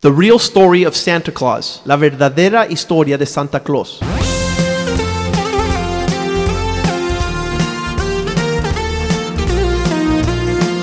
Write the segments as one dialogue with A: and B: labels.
A: The real story of Santa Claus. La verdadera historia de Santa Claus.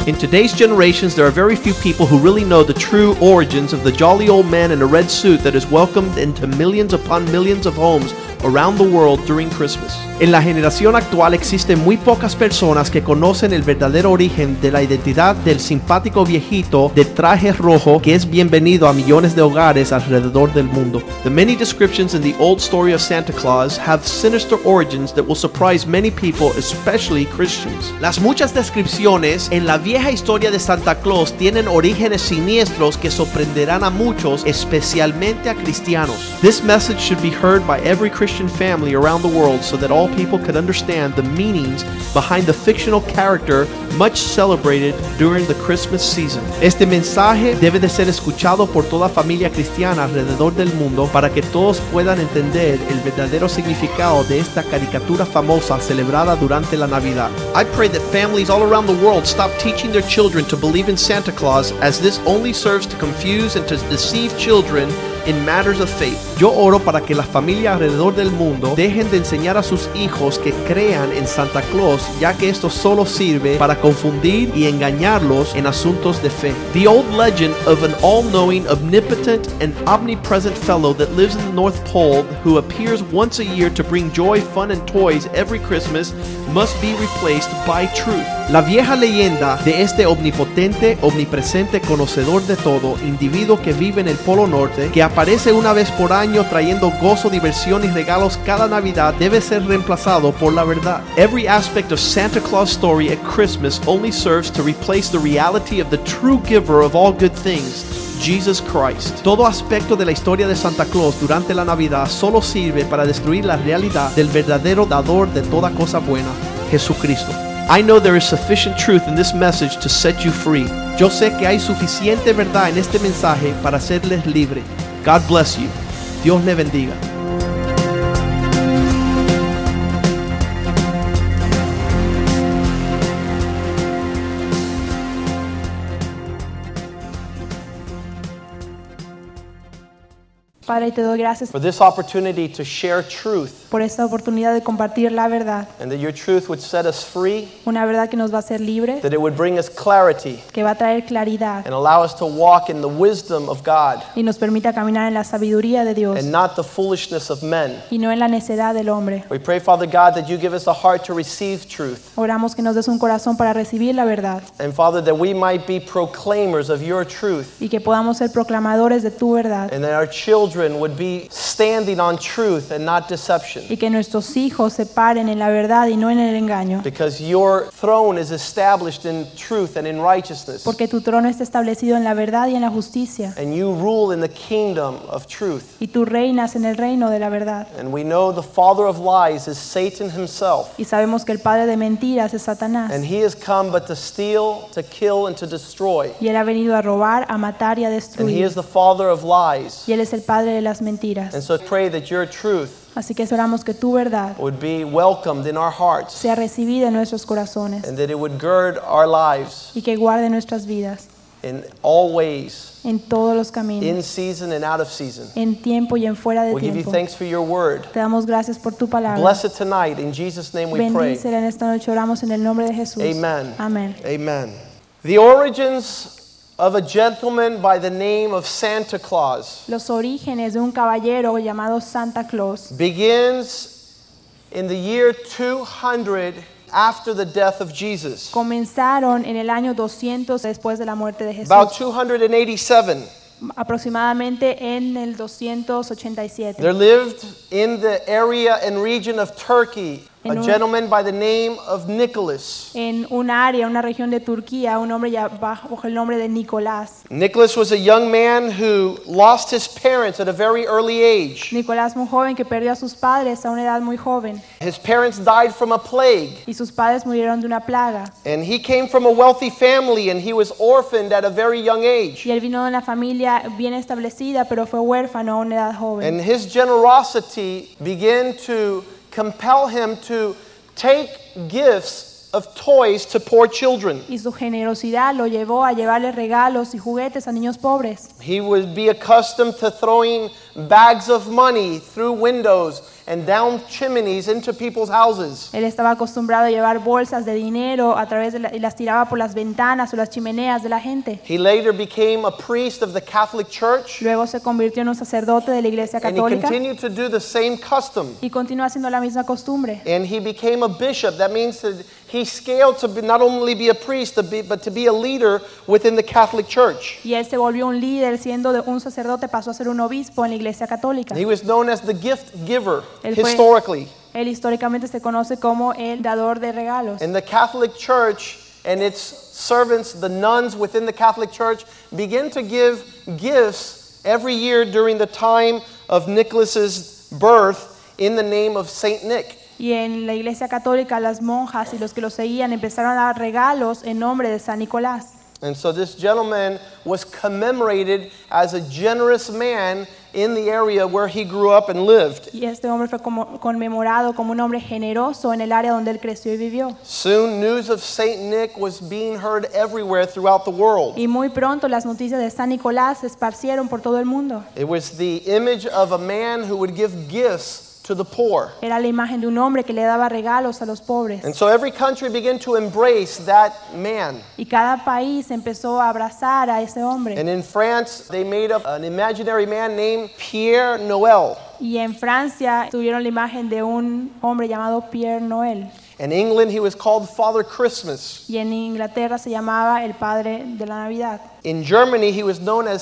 A: In today's generations, there are very few people who really know the true origins of the jolly old man in a red suit that is welcomed into millions upon millions of homes around the world during Christmas. En la generación actual existen muy pocas personas que conocen el verdadero origen de la identidad del simpático viejito de traje rojo que es bienvenido a millones de hogares alrededor del mundo. The many descriptions in the old story of Santa Claus have sinister origins that will surprise many people, especially Christians. Las muchas descripciones en la vieja historia de Santa Claus tienen orígenes siniestros que sorprenderán a muchos, especialmente a cristianos. This message should be heard by every Christian family around the world so that all people could understand the meanings behind the fictional character much celebrated during the Christmas season. Este mensaje debe de ser escuchado por toda familia cristiana alrededor del mundo para que todos puedan entender el verdadero significado de esta caricatura famosa celebrada durante la Navidad. I pray that families all around the world stop teaching their children to believe in Santa Claus as this only serves to confuse and to deceive children in matters of faith. Yo oro para que las familias alrededor del mundo dejen de enseñar a sus hijos que crean en Santa Claus, ya que esto solo sirve para confundir y engañarlos en asuntos de fe. The old legend of an all-knowing, omnipotent, and omnipresent fellow that lives in the North Pole who appears once a year to bring joy, fun, and toys every Christmas must be replaced by truth. La vieja leyenda de este omnipotente, omnipresente, conocedor de todo, individuo que vive en el Polo Norte, que aparece una vez por año trayendo gozo, diversión y regalos cada Navidad, debe ser reemplazado por la verdad. Every aspect of Santa Claus story at Christmas only serves to replace the reality of the true giver of all good things. Jesus Christ. Todo aspecto de la historia de Santa Claus durante la Navidad solo sirve para destruir la realidad del verdadero dador de toda cosa buena, Jesucristo. I know there is sufficient truth in this message to set you free. Yo sé que hay suficiente verdad en este mensaje para hacerles libre. God bless you. Dios le bendiga.
B: Padre, te doy gracias
C: for this opportunity to share truth
B: por esta oportunidad de compartir la verdad,
C: and that your truth would set us free,
B: una verdad que nos va a hacer libre,
C: that it would bring us clarity
B: que va a traer claridad
C: and allow us to walk in the wisdom of God
B: y nos permita caminar en la sabiduría de Dios
C: and not the foolishness of men.
B: y no en la necedad del hombre.
C: We pray, Father God, that you give us a heart to receive truth.
B: Oramos que nos des un corazón para recibir la verdad
C: And Father, that we might be proclaimers of your truth
B: y que podamos ser proclamadores de tu verdad
C: and that our children would be standing on truth and not deception.
B: y que nuestros hijos se paren en la verdad y no en el engaño,
C: Because your throne is established in truth and in righteousness.
B: porque tu trono está establecido en la verdad y en la justicia
C: And you rule in the kingdom of truth.
B: y tú reinas en el reino de la verdad.
C: And we know the father of lies is Satan himself.
B: Y sabemos que el padre de mentiras es Satanás.
C: And he has come but to steal, to kill, and to destroy.
B: Y él ha venido a robar, a matar y a
C: And he
B: destruir.
C: is the father of lies.
B: Y él es el padre de las
C: And
B: mentiras.
C: so pray that your truth
B: Así que oramos que tu verdad
C: would be welcomed in our hearts
B: sea recibida en nuestros corazones
C: and that it would gird our lives
B: y que guarde nuestras vidas
C: in all ways,
B: en todos los
C: in
B: caminos,
C: season and out of season.
B: en tiempo y en fuera de
C: We give you
B: tiempo.
C: thanks for your word.
B: Te damos gracias por tu palabra.
C: Bless it tonight. In Jesus' name we pray.
B: Bendícela en esta noche. Oramos en el nombre de Jesús.
C: Amen.
B: Amén.
C: Amen. The origins of a gentleman by the name of Santa Claus
B: Los orígenes de un caballero llamado Santa Claus
C: begins in the year 200 after the death of Jesus.
B: comenzaron en el año 200 después de la muerte de
C: About
B: Jesús,
C: 287,
B: aproximadamente en el 287.
C: there lived in the area and region of Turkey
B: En
C: a
B: un-
C: gentleman by the name of Nicholas.
B: en un área, una región de Turquía, un hombre ya bajo bajo el nombre de Nicolás.
C: Nicholas was a young man who lost his parents at a very early age.
B: Nicolás, un joven que perdió a sus padres a una edad muy joven
C: His parents died from a plague.
B: y sus padres murieron de una plaga.
C: And he came from a wealthy family and he was orphaned at a very young age.
B: Y él vino de una familia bien establecida, pero fue huérfano a una edad joven.
C: And his generosity began to compel him to take gifts of toys to poor children.
B: y su generosidad lo llevó a llevarle regalos y juguetes a niños pobres.
C: He would be accustomed to throwing bags of money through windows and down chimneys into people's houses.
B: Él estaba acostumbrado a llevar bolsas de dinero a través de la- y las tiraba por las ventanas o las chimeneas de la gente.
C: He later became a priest of the Catholic Church
B: Luego se convirtió en un sacerdote de la Iglesia
C: and he
B: Católica
C: continued to do the same custom.
B: y continúa haciendo la misma costumbre.
C: And he became a bishop. That means that he scaled to be, not only be a priest, to be, but to be a leader within the Catholic Church.
B: Y él se volvió un líder, siendo de un sacerdote pasó a ser un obispo en la Iglesia Católica.
C: He was known as the gift giver
B: Él fue-
C: historically.
B: Él históricamente se conoce como el dador de regalos.
C: And the Catholic Church and its servants, the nuns within the Catholic Church, begin to give gifts every year during the time of Nicholas's birth in the name of Saint Nick.
B: Y en la Iglesia Católica las monjas y los que lo seguían empezaron a dar regalos en nombre de San Nicolás.
C: And so this gentleman was commemorated as a generous man in the area where he grew up and lived.
B: Y este hombre fue como- conmemorado como un hombre generoso en el área donde él creció y vivió.
C: Soon, news of Saint Nick was being heard everywhere throughout the world.
B: Y muy pronto las noticias de San Nicolás se esparcieron por todo el mundo.
C: It was the image of a man who would give gifts to the poor.
B: Era la imagen de un hombre que le daba regalos a los
C: And
B: pobres.
C: so every country began to embrace that man.
B: Y cada país empezó a abrazar a ese hombre.
C: And in France, they made up an imaginary man named Pierre Noël.
B: Y en Francia tuvieron la imagen de un hombre llamado Pierre Noël.
C: In England, he was called Father Christmas.
B: Y en Inglaterra se llamaba el padre de la Navidad.
C: In Germany, he was known as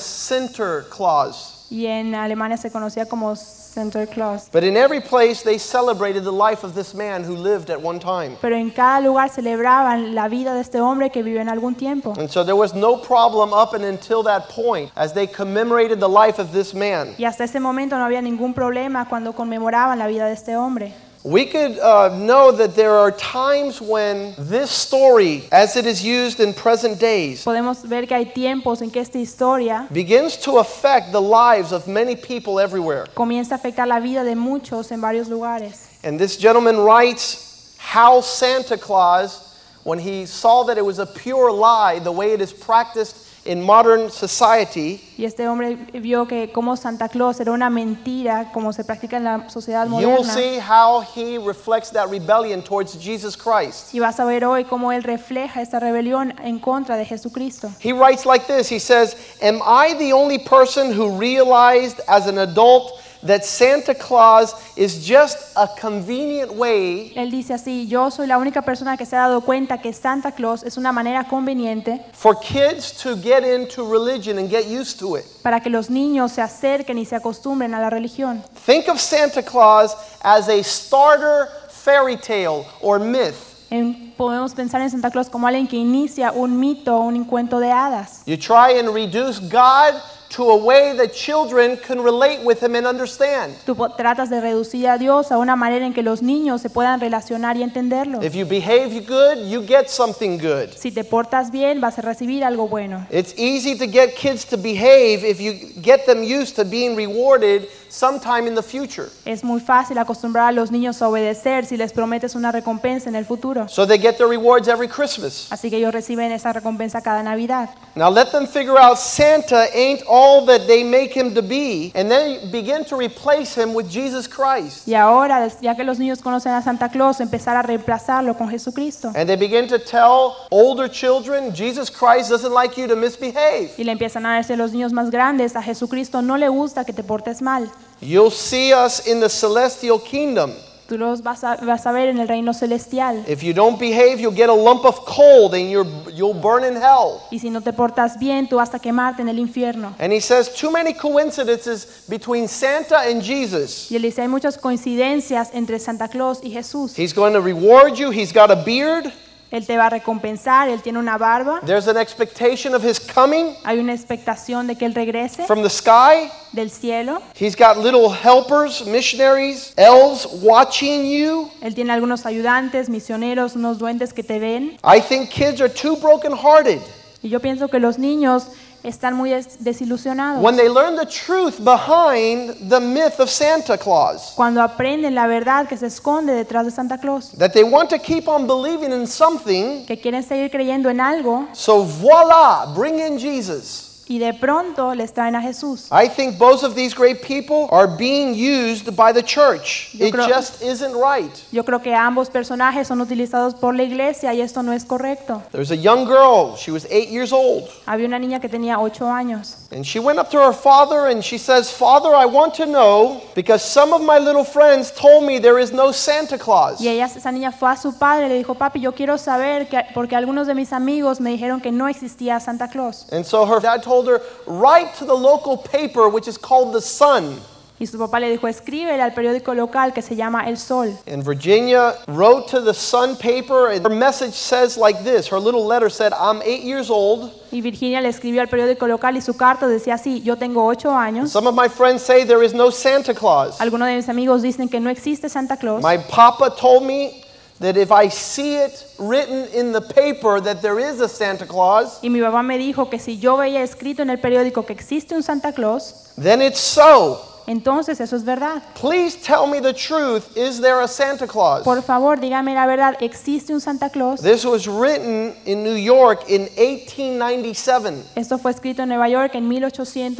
C: Sinterklaas.
B: Y en Alemania se conocía como Santa Claus.
C: But in every place, they celebrated the life of this man who lived at one time.
B: Pero en cada lugar celebraban la vida de este hombre que vivió en algún tiempo.
C: And so there was no problem up and until that point as they commemorated the life of this man.
B: Y hasta ese momento no había ningún problema cuando conmemoraban la vida de este hombre.
C: We could uh, know that there are times when this story, as it is used in present days,
B: Podemos ver que hay tiempos en que esta historia
C: begins to affect the lives of many people everywhere.
B: comienza a afectar la vida de muchos en varios lugares.
C: And this gentleman writes how Santa Claus, when he saw that it was a pure lie, the way it is practiced in modern society,
B: Y este hombre vio que como Santa Claus era una mentira, como se practica en la sociedad
C: you will
B: moderna.
C: see how he reflects that rebellion towards Jesus Christ.
B: Y vas a ver hoy cómo él refleja esta rebelión en contra de Jesucristo.
C: He writes like this He says, Am I the only person who realized as an adult that Santa Claus is just a convenient way
B: Él dice así, yo soy la única persona que se ha dado cuenta que Santa Claus es una manera conveniente
C: for kids to get into religion and get used to it?
B: para que los niños se acerquen y se acostumbren a la religión.
C: Think of Santa Claus as a starter fairy tale or myth.
B: En- podemos pensar en Santa Claus como alguien que inicia un mito o un cuento de hadas.
C: You try and reduce God to a way that children can relate with Him and understand.
B: Tú po- tratas de reducir a Dios a una manera en que los niños se puedan relacionar y entenderlo.
C: If you behave good, you get something good.
B: Si te portas bien, vas a recibir algo bueno.
C: It's easy to get kids to behave if you get them used to being rewarded sometime in the future.
B: Es muy fácil acostumbrar a los niños a obedecer si les prometes una recompensa en el futuro.
C: So they get their rewards every Christmas.
B: Así que ellos reciben esa recompensa cada Navidad.
C: Now let them figure out Santa ain't all that they make him to be, and then begin to replace him with Jesus Christ.
B: Y ahora, des- ya que los niños conocen a Santa Claus, empezar a reemplazarlo con Jesucristo.
C: And they begin to tell older children, Jesus Christ doesn't like you to misbehave.
B: Y le empiezan a decir a los niños más grandes, a Jesucristo no le gusta que te portes mal.
C: You'll see us in the celestial kingdom.
B: Tú los vas a, vas a ver en el reino celestial.
C: If you don't behave, you'll get a lump of coal and you're, you'll burn in hell.
B: Y si no te portas bien, tú vas a quemarte en el infierno.
C: And he says, too many coincidences between Santa and Jesus.
B: Y él dice, hay muchas coincidencias entre Santa Claus y Jesús.
C: He's going to reward you. He's got a beard.
B: Él te va a recompensar, él tiene una barba.
C: There's an expectation of his coming
B: Hay una expectación de que él regrese
C: from the sky.
B: del cielo.
C: He's got little helpers, missionaries, elves watching you.
B: Él tiene algunos ayudantes, misioneros, unos duendes que te ven.
C: I think kids are too brokenhearted
B: Y yo pienso que los niños están muy des- desilusionados.
C: when they learn the truth behind the myth of Santa Claus.
B: Cuando aprenden la verdad que se esconde detrás de Santa Claus,
C: That they want to keep on believing in something,
B: que quieren seguir creyendo en algo
C: so voila, bring in Jesus.
B: y de pronto les traen a Jesús.
C: I think both of these great people are being used by the church.
B: Yo
C: It
B: creo-
C: just isn't right.
B: Yo creo que ambos personajes son utilizados por la iglesia y esto no es correcto.
C: There's a young girl, she was eight years old,
B: Había una niña que tenía ocho años
C: and she went up to her father and she says, Father, I want to know because some of my little friends told me there is no Santa Claus.
B: y ella, esa niña fue a su padre y le dijo, papi, yo quiero saber que, porque algunos de mis amigos me dijeron que no existía Santa Claus.
C: And so her dad told her, write to the local paper, which is called The Sun.
B: Y su papá le dijo, escríbele al periódico local que se llama El Sol.
C: And Virginia wrote to the Sun paper, and her message says like this her little letter said, I'm eight years old.
B: Y Virginia le escribió al periódico local y su carta decía así, yo tengo ocho años.
C: Some of my friends say there is no Santa Claus.
B: Algunos de mis amigos dicen que no existe Santa Claus.
C: My papa told me that if I see it written in the paper that there is a Santa Claus,
B: Y mi papá me dijo que si yo veía escrito en el periódico que existe un Santa Claus,
C: then it's so.
B: entonces eso es verdad.
C: Please tell me the truth. Is there a Santa Claus?
B: Por favor, dígame la verdad, ¿existe un Santa Claus?
C: This was written in New York in 1897.
B: Esto fue escrito en Nueva York en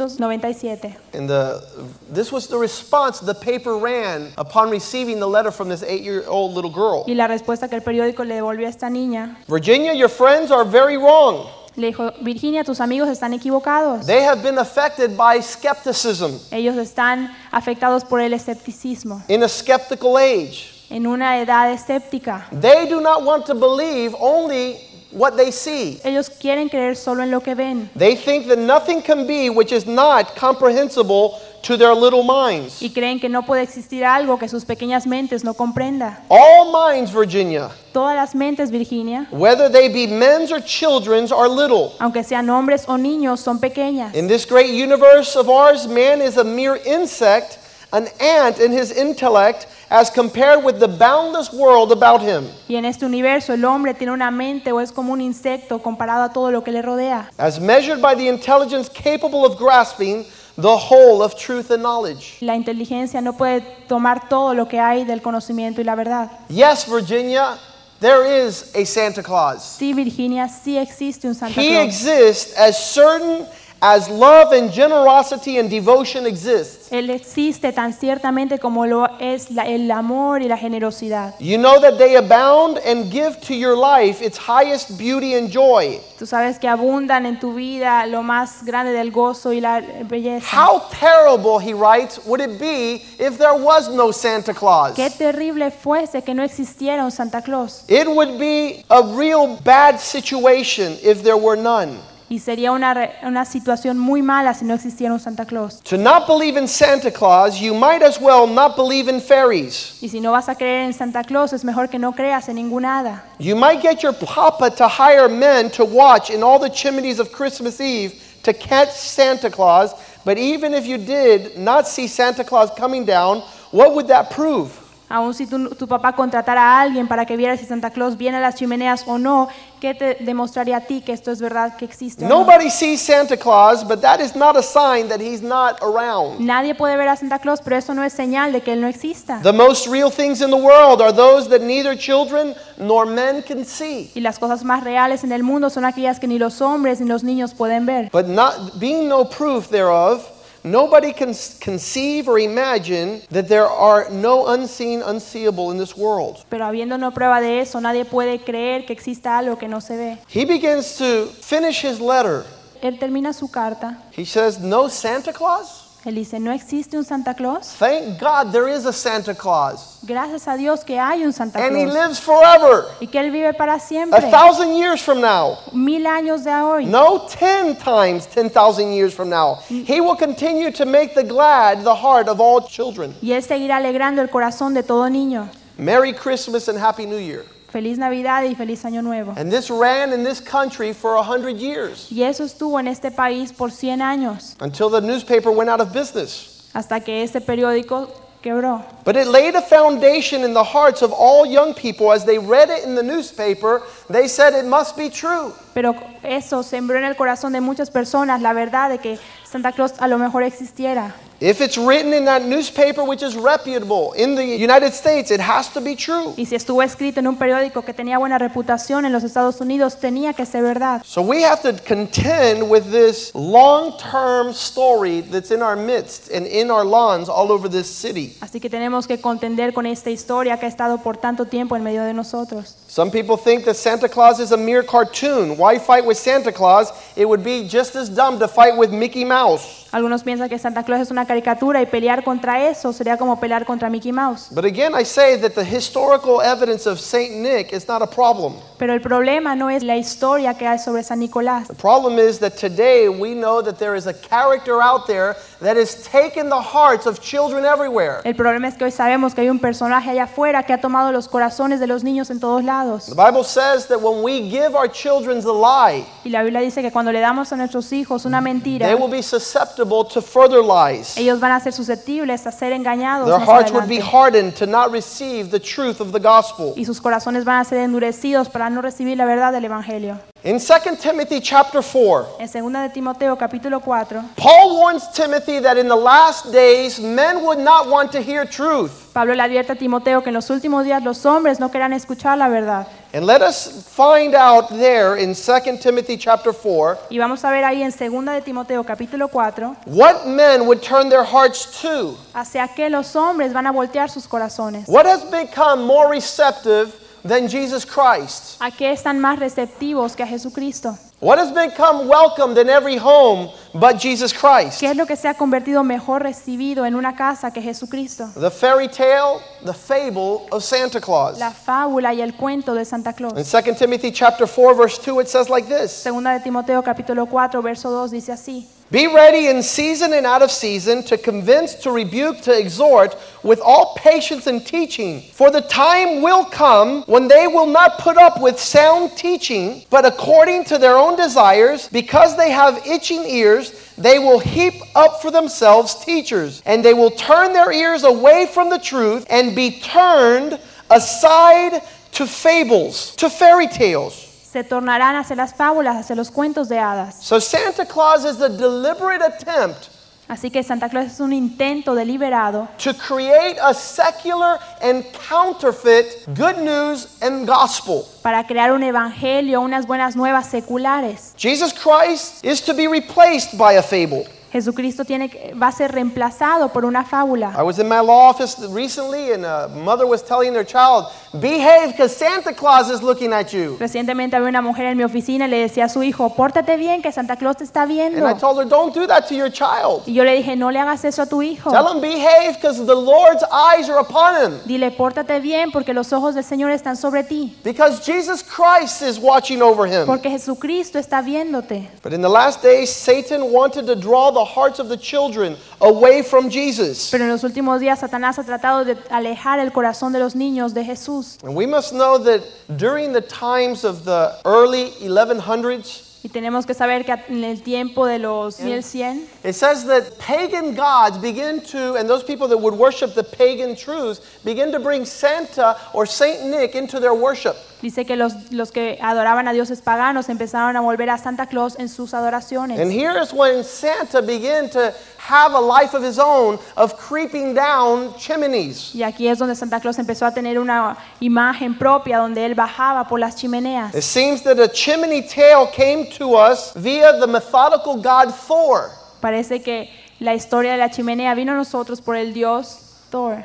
B: 1897.
C: And the, this was the response the paper ran upon receiving the letter from this eight year old little girl.
B: Y la respuesta que el periódico le devolvió a esta niña,
C: Virginia, your friends are very wrong.
B: le dijo, Virginia, tus amigos están equivocados.
C: They have been affected by skepticism
B: Ellos están afectados por el escepticismo,
C: in a skeptical age.
B: en una edad escéptica.
C: They do not want to believe only what they see.
B: Ellos quieren creer solo en lo que ven
C: They think that nothing can be which is not comprehensible to their little minds.
B: y creen que no puede existir algo que sus pequeñas mentes no comprenda.
C: All minds, Virginia,
B: Todas las mentes, Virginia,
C: whether they be men's or children's, are little.
B: aunque sean hombres o niños, son pequeñas.
C: In this great universe of ours, man is a mere insect, an ant in his intellect, as compared with the boundless world about him.
B: Y en este universo el hombre tiene una mente o es como un insecto comparado a todo lo que le rodea.
C: As measured by the intelligence capable of grasping the whole of truth and knowledge.
B: La inteligencia no puede tomar todo lo que hay del conocimiento y la verdad.
C: Yes, Virginia, there is a Santa Claus.
B: Sí, Virginia, sí existe un Santa
C: He
B: Claus.
C: exists as certain as love and generosity and devotion exists.
B: Él existe tan ciertamente como lo es la- el amor y la generosidad.
C: You know that they abound and give to your life its highest beauty and joy.
B: Tú sabes que abundan en tu vida lo más grande del gozo y la belleza.
C: How terrible, he writes, would it be if there was no Santa Claus?
B: Qué terrible fuese que no existiera un Santa Claus.
C: It would be a real bad situation if there were none.
B: Y sería una, re- una situación muy mala si no existiera un Santa Claus.
C: To not believe in Santa Claus, you might as well not believe in fairies.
B: Y si no vas a creer en Santa Claus, es mejor que no creas en ningún hada.
C: You might get your papa to hire men to watch in all the chimneys of Christmas Eve to catch Santa Claus, but even if you did not see Santa Claus coming down, what would that prove?
B: Aun si tu, tu papá contratara a alguien para que viera si Santa Claus viene a las chimeneas o no, ¿qué te demostraría a ti que esto es verdad que existe? o no?
C: Nobody sees Santa Claus, but that is not a sign that he's not around.
B: Nadie puede ver a Santa Claus, pero eso no es señal de que él no exista.
C: The most real things in the world are those that neither children nor men can see.
B: y las cosas más reales en el mundo son aquellas que ni los hombres ni los niños pueden ver.
C: But not being no proof thereof, nobody can s- conceive or imagine that there are no unseen, unseeable in this world.
B: Pero habiendo no prueba de eso, nadie puede creer que exista algo que no se ve.
C: He begins to finish his letter.
B: Él termina su carta.
C: He says, "No Santa Claus?
B: Él dice, ¿no existe un Santa Claus?
C: Thank God there is a Santa Claus,
B: Gracias a Dios que hay un Santa
C: and he
B: Claus.
C: lives forever."
B: Y que Él vive para
C: A
B: siempre.
C: thousand years from now.
B: Mil años de hoy.
C: No, 10 times 10,000 years from now. He will continue to make the glad the heart of all children.
B: Y Él seguirá alegrando el corazón de todo niño.
C: Merry Christmas and Happy New Year.
B: Feliz Navidad y feliz Año Nuevo.
C: And this ran in this country for a hundred years
B: Y eso estuvo en este país por 100 años,
C: until the newspaper went out of business.
B: hasta que este periódico quebró.
C: But it laid a foundation in the hearts of all young people. As they read it in the newspaper, they said it must be true.
B: Pero eso sembró en el corazón de muchas personas la verdad de que Santa Claus a lo mejor existiera.
C: If it's written in that newspaper, which is reputable in the United States, it has to be true.
B: Y si estuvo escrito en un periódico que tenía buena reputación en los Estados Unidos, tenía que ser verdad.
C: So we have to contend with this long term story that's in our midst and in our lawns all over this city.
B: Así que tenemos que contender con esta historia que ha estado por tanto tiempo en medio de nosotros.
C: Some people think that Santa Claus is a mere cartoon. Why fight with Santa Claus? It would be just as dumb to fight with Mickey Mouse.
B: Algunos piensan que Santa Claus es una caricatura y pelear contra eso sería como pelear contra Mickey Mouse.
C: But again, I say that the historical evidence of St. Nick is not a problem.
B: Pero el problema no es la historia que hay sobre San Nicolás.
C: The problem is that today we know that there is a character out there that has taken the hearts of children everywhere.
B: El problema es que hoy sabemos que hay un personaje allá afuera que ha tomado los corazones de los niños en todos lados.
C: The Bible says that when we give our children the lie,
B: Y la Biblia dice que cuando le damos a nuestros hijos una mentira,
C: they will be susceptible to further lies.
B: ellos van a ser susceptibles a ser engañados.
C: Their
B: más
C: hearts would be
B: adelante.
C: hardened to not receive the truth of the gospel.
B: y sus corazones van a ser endurecidos para no recibir la verdad del Evangelio.
C: In 2 Timothy chapter 4,
B: En 2 de Timoteo capítulo 4,
C: Paul warns Timothy that in the last days men would not want to hear truth.
B: Pablo le advierte a Timoteo que en los últimos días los hombres no querrán escuchar la verdad.
C: And let us find out there in 2 Timothy chapter 4
B: Y vamos a ver ahí en 2 de Timoteo capítulo 4
C: what men would turn their hearts to.
B: hacia qué los hombres van a voltear sus corazones.
C: What has become more receptive than Jesus Christ?
B: ¿A qué están más receptivos que a Jesucristo?
C: What has become welcomed in every home but Jesus Christ?
B: ¿Qué es lo que se ha convertido mejor recibido en una casa que Jesucristo?
C: The fairy tale, the fable of Santa Claus.
B: La fábula y el cuento de Santa
C: In
B: Claus.
C: 2 Timothy chapter 4 verse 2 it says like this:
B: Segunda de Timoteo capítulo 4 verso 2 dice así.
C: Be ready in season and out of season to convince, to rebuke, to exhort with all patience and teaching. For the time will come when they will not put up with sound teaching, but according to their own desires, because they have itching ears, they will heap up for themselves teachers, and they will turn their ears away from the truth and be turned aside to fables, to fairy tales.
B: Se tornarán hacia las fábulas, hacia los cuentos de hadas.
C: So Santa Claus is a deliberate attempt
B: Así que Santa Claus es un intento deliberado
C: to create a secular and counterfeit good news and gospel.
B: para crear un evangelio, unas buenas nuevas seculares.
C: Jesus Christ is to be replaced by a fable.
B: Jesucristo tiene que- va a ser reemplazado por una
C: I
B: fábula.
C: was in my law office recently and a mother was telling their child, behave because Santa Claus is looking at you.
B: Recientemente había una mujer en mi oficina y le decía a su hijo, pórtate bien que Santa Claus te está
C: And I
B: viendo.
C: told her, don't do that to your child.
B: Y yo le dije, no le hagas eso a tu hijo.
C: Tell him behave because the Lord's eyes are upon him.
B: Dile, pórtate bien porque los ojos del Señor están sobre ti.
C: Because Jesus Christ is watching over him.
B: Porque Jesucristo está viéndote.
C: But in the last days, Satan wanted to draw the hearts of the children away from Jesus.
B: Pero en los últimos días Satanás ha tratado de alejar el corazón de los niños de Jesús.
C: And we must know that during the times of the early 1100s,
B: Y tenemos que saber que en el tiempo de los 1100,
C: it says that pagan gods begin to, and those people that would worship the pagan truths, begin to bring Santa or Saint Nick into their worship.
B: dice que los, los que adoraban a dioses paganos empezaron a volver a Santa Claus en sus
C: And
B: adoraciones.
C: here is when Santa began to have a life of his own of creeping down chimneys.
B: Y aquí es donde Santa Claus empezó a tener una imagen propia donde él bajaba por las chimeneas.
C: It seems that a chimney tale came to us via the methodical god Thor.
B: Parece que la historia de la chimenea vino a nosotros por el dios Thor.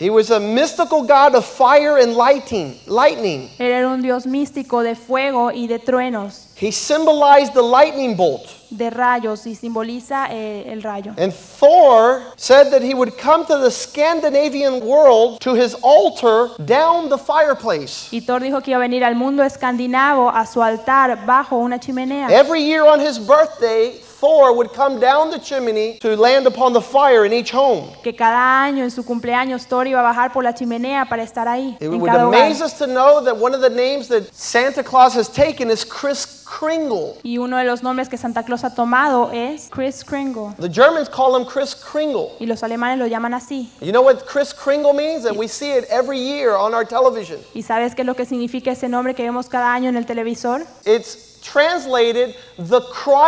C: He was a mystical god of fire and lighting, lightning.
B: Él era un dios místico de fuego y de truenos,
C: He symbolized the lightning bolt.
B: de rayos y simboliza eh, el rayo.
C: And Thor said that he would come to the Scandinavian world to his altar down the fireplace.
B: Y Thor dijo que iba a venir al mundo escandinavo a su altar bajo una chimenea.
C: Every year on his birthday, Thor would come down the chimney to land upon the fire in each home.
B: Que cada año en su cumpleaños Thor iba a bajar por la chimenea para estar ahí.
C: It
B: en
C: would
B: cada hogar.
C: amaze us to know that one of the names that Santa Claus has taken is Chris Kringle.
B: Y uno de los nombres que Santa Claus ha tomado es Chris Kringle.
C: The Germans call him Chris Kringle.
B: Y los alemanes lo llaman así.
C: You know what Chris Kringle means? And we see it every year on our television.
B: ¿Y sabes qué es lo que significa ese nombre que vemos cada año en el televisor?
C: It's translated the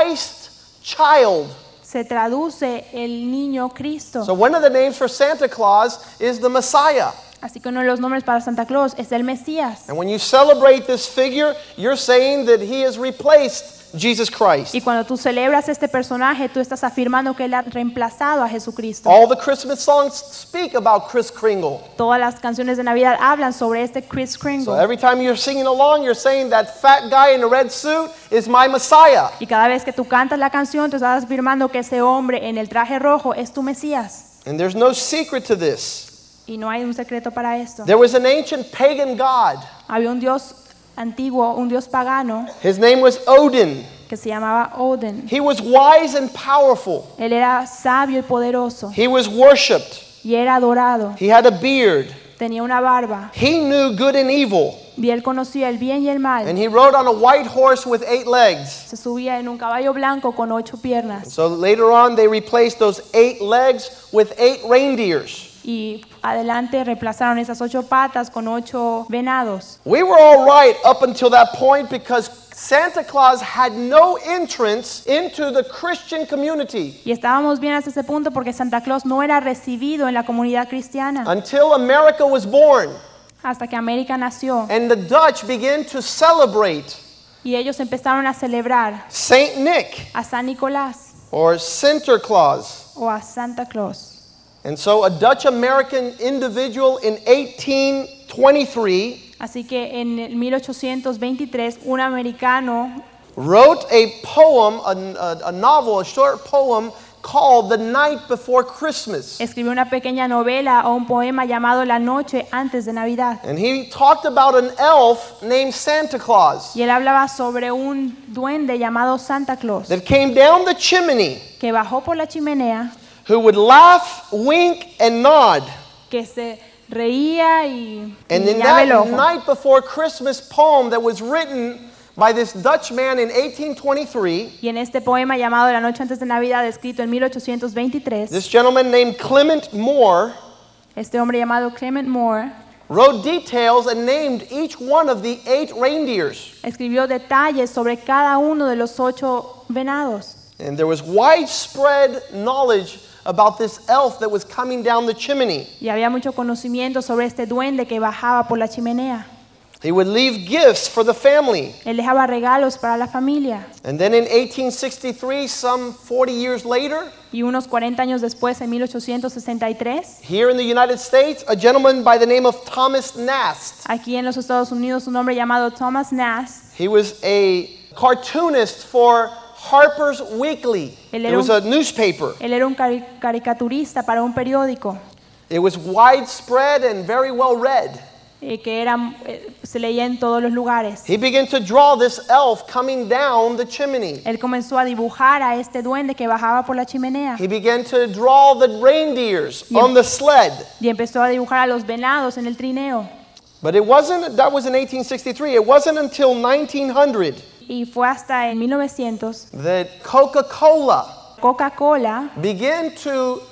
C: Christ child.
B: Se traduce el niño Cristo.
C: So one of the names for Santa Claus is the Messiah.
B: Así que uno de los nombres para Santa Claus es el Mesías.
C: And when you celebrate this figure, you're saying that he has replaced Jesus Christ.
B: Y cuando tú celebras este personaje, tú estás afirmando que él ha reemplazado a Jesucristo.
C: All the Christmas songs speak about Chris Kringle.
B: Todas las canciones de Navidad hablan sobre este Chris
C: So
B: Kringle.
C: every time you're singing along, you're saying that fat guy in the red suit is my Messiah.
B: Y cada vez que tú cantas la canción, tú estás afirmando que ese hombre en el traje rojo es tu Mesías.
C: And there's no secret to this.
B: Y no hay un secreto para esto.
C: There was an ancient pagan god.
B: Había un dios antiguo, un dios pagano,
C: His name was Odin.
B: que se llamaba Odin.
C: He was wise and powerful.
B: Él era sabio y poderoso
C: He was worshipped.
B: y era adorado.
C: He had a beard.
B: Tenía una barba
C: He knew good and evil.
B: y él conocía el bien y el mal.
C: And he rode on a white horse with eight legs.
B: Se subía en un caballo blanco con ocho piernas
C: So later on, they replaced those eight legs with eight reindeers.
B: y adelante reemplazaron esas ocho patas con ocho venados.
C: We were all right up until that point because Santa Claus had no entrance into the Christian community
B: Y estábamos bien hasta ese punto porque Santa Claus no era recibido en la comunidad cristiana
C: until America was born
B: hasta que América nació
C: and the Dutch began to celebrate
B: y ellos empezaron a celebrar
C: Saint Nick
B: a San Nicolás
C: or Sinterklaas.
B: o a Santa Claus.
C: And so a Dutch American individual in 1823
B: Así que en el 1823 un americano
C: wrote a poem, a, a- a novel, a short poem called The Night Before Christmas.
B: escribió una pequeña novela o un poema llamado La noche antes de Navidad.
C: And he talked about an elf named Santa Claus
B: Y él hablaba sobre un duende llamado Santa Claus
C: that came down the chimney
B: que bajó por la chimenea,
C: who would laugh, wink, and nod.
B: que se reía y, y
C: And in
B: guiñaba
C: that
B: el ojo.
C: Night Before Christmas poem that was written by this Dutch man in 1823,
B: Y en este poema llamado La noche antes de Navidad, escrito en 1823,
C: this gentleman named Clement Moore
B: este hombre llamado Clement Moore
C: wrote details and named each one of the eight reindeers.
B: escribió detalles sobre cada uno de los ocho venados.
C: And there was widespread knowledge about this elf that was coming down the chimney.
B: Y había mucho conocimiento sobre este duende que bajaba por la chimenea.
C: He would leave gifts for the family.
B: Él dejaba regalos para la familia.
C: And then in 1863, some 40 years later,
B: Y unos 40 años después, en 1863,
C: here in the United States, a gentleman by the name of Thomas Nast.
B: aquí en los Estados Unidos, un hombre llamado Thomas Nast,
C: He was a cartoonist for Harper's Weekly.
B: El
C: It
B: era
C: was a
B: un-
C: newspaper.
B: él era un cari- caricaturista para un periódico
C: It was widespread and very well read.
B: eh, que era, eh, se leía en todos los lugares.
C: He began to draw this elf coming down the chimney.
B: Él comenzó a dibujar a este duende que bajaba por la chimenea
C: He began to draw the reindeers
B: Yeah.
C: on the sled.
B: y empezó a dibujar a los venados en el trineo.
C: But it wasn't, that was in 1863. It wasn't until 1900
B: Y fue hasta en 1900
C: that Coca Cola
B: Coca-Cola
C: began to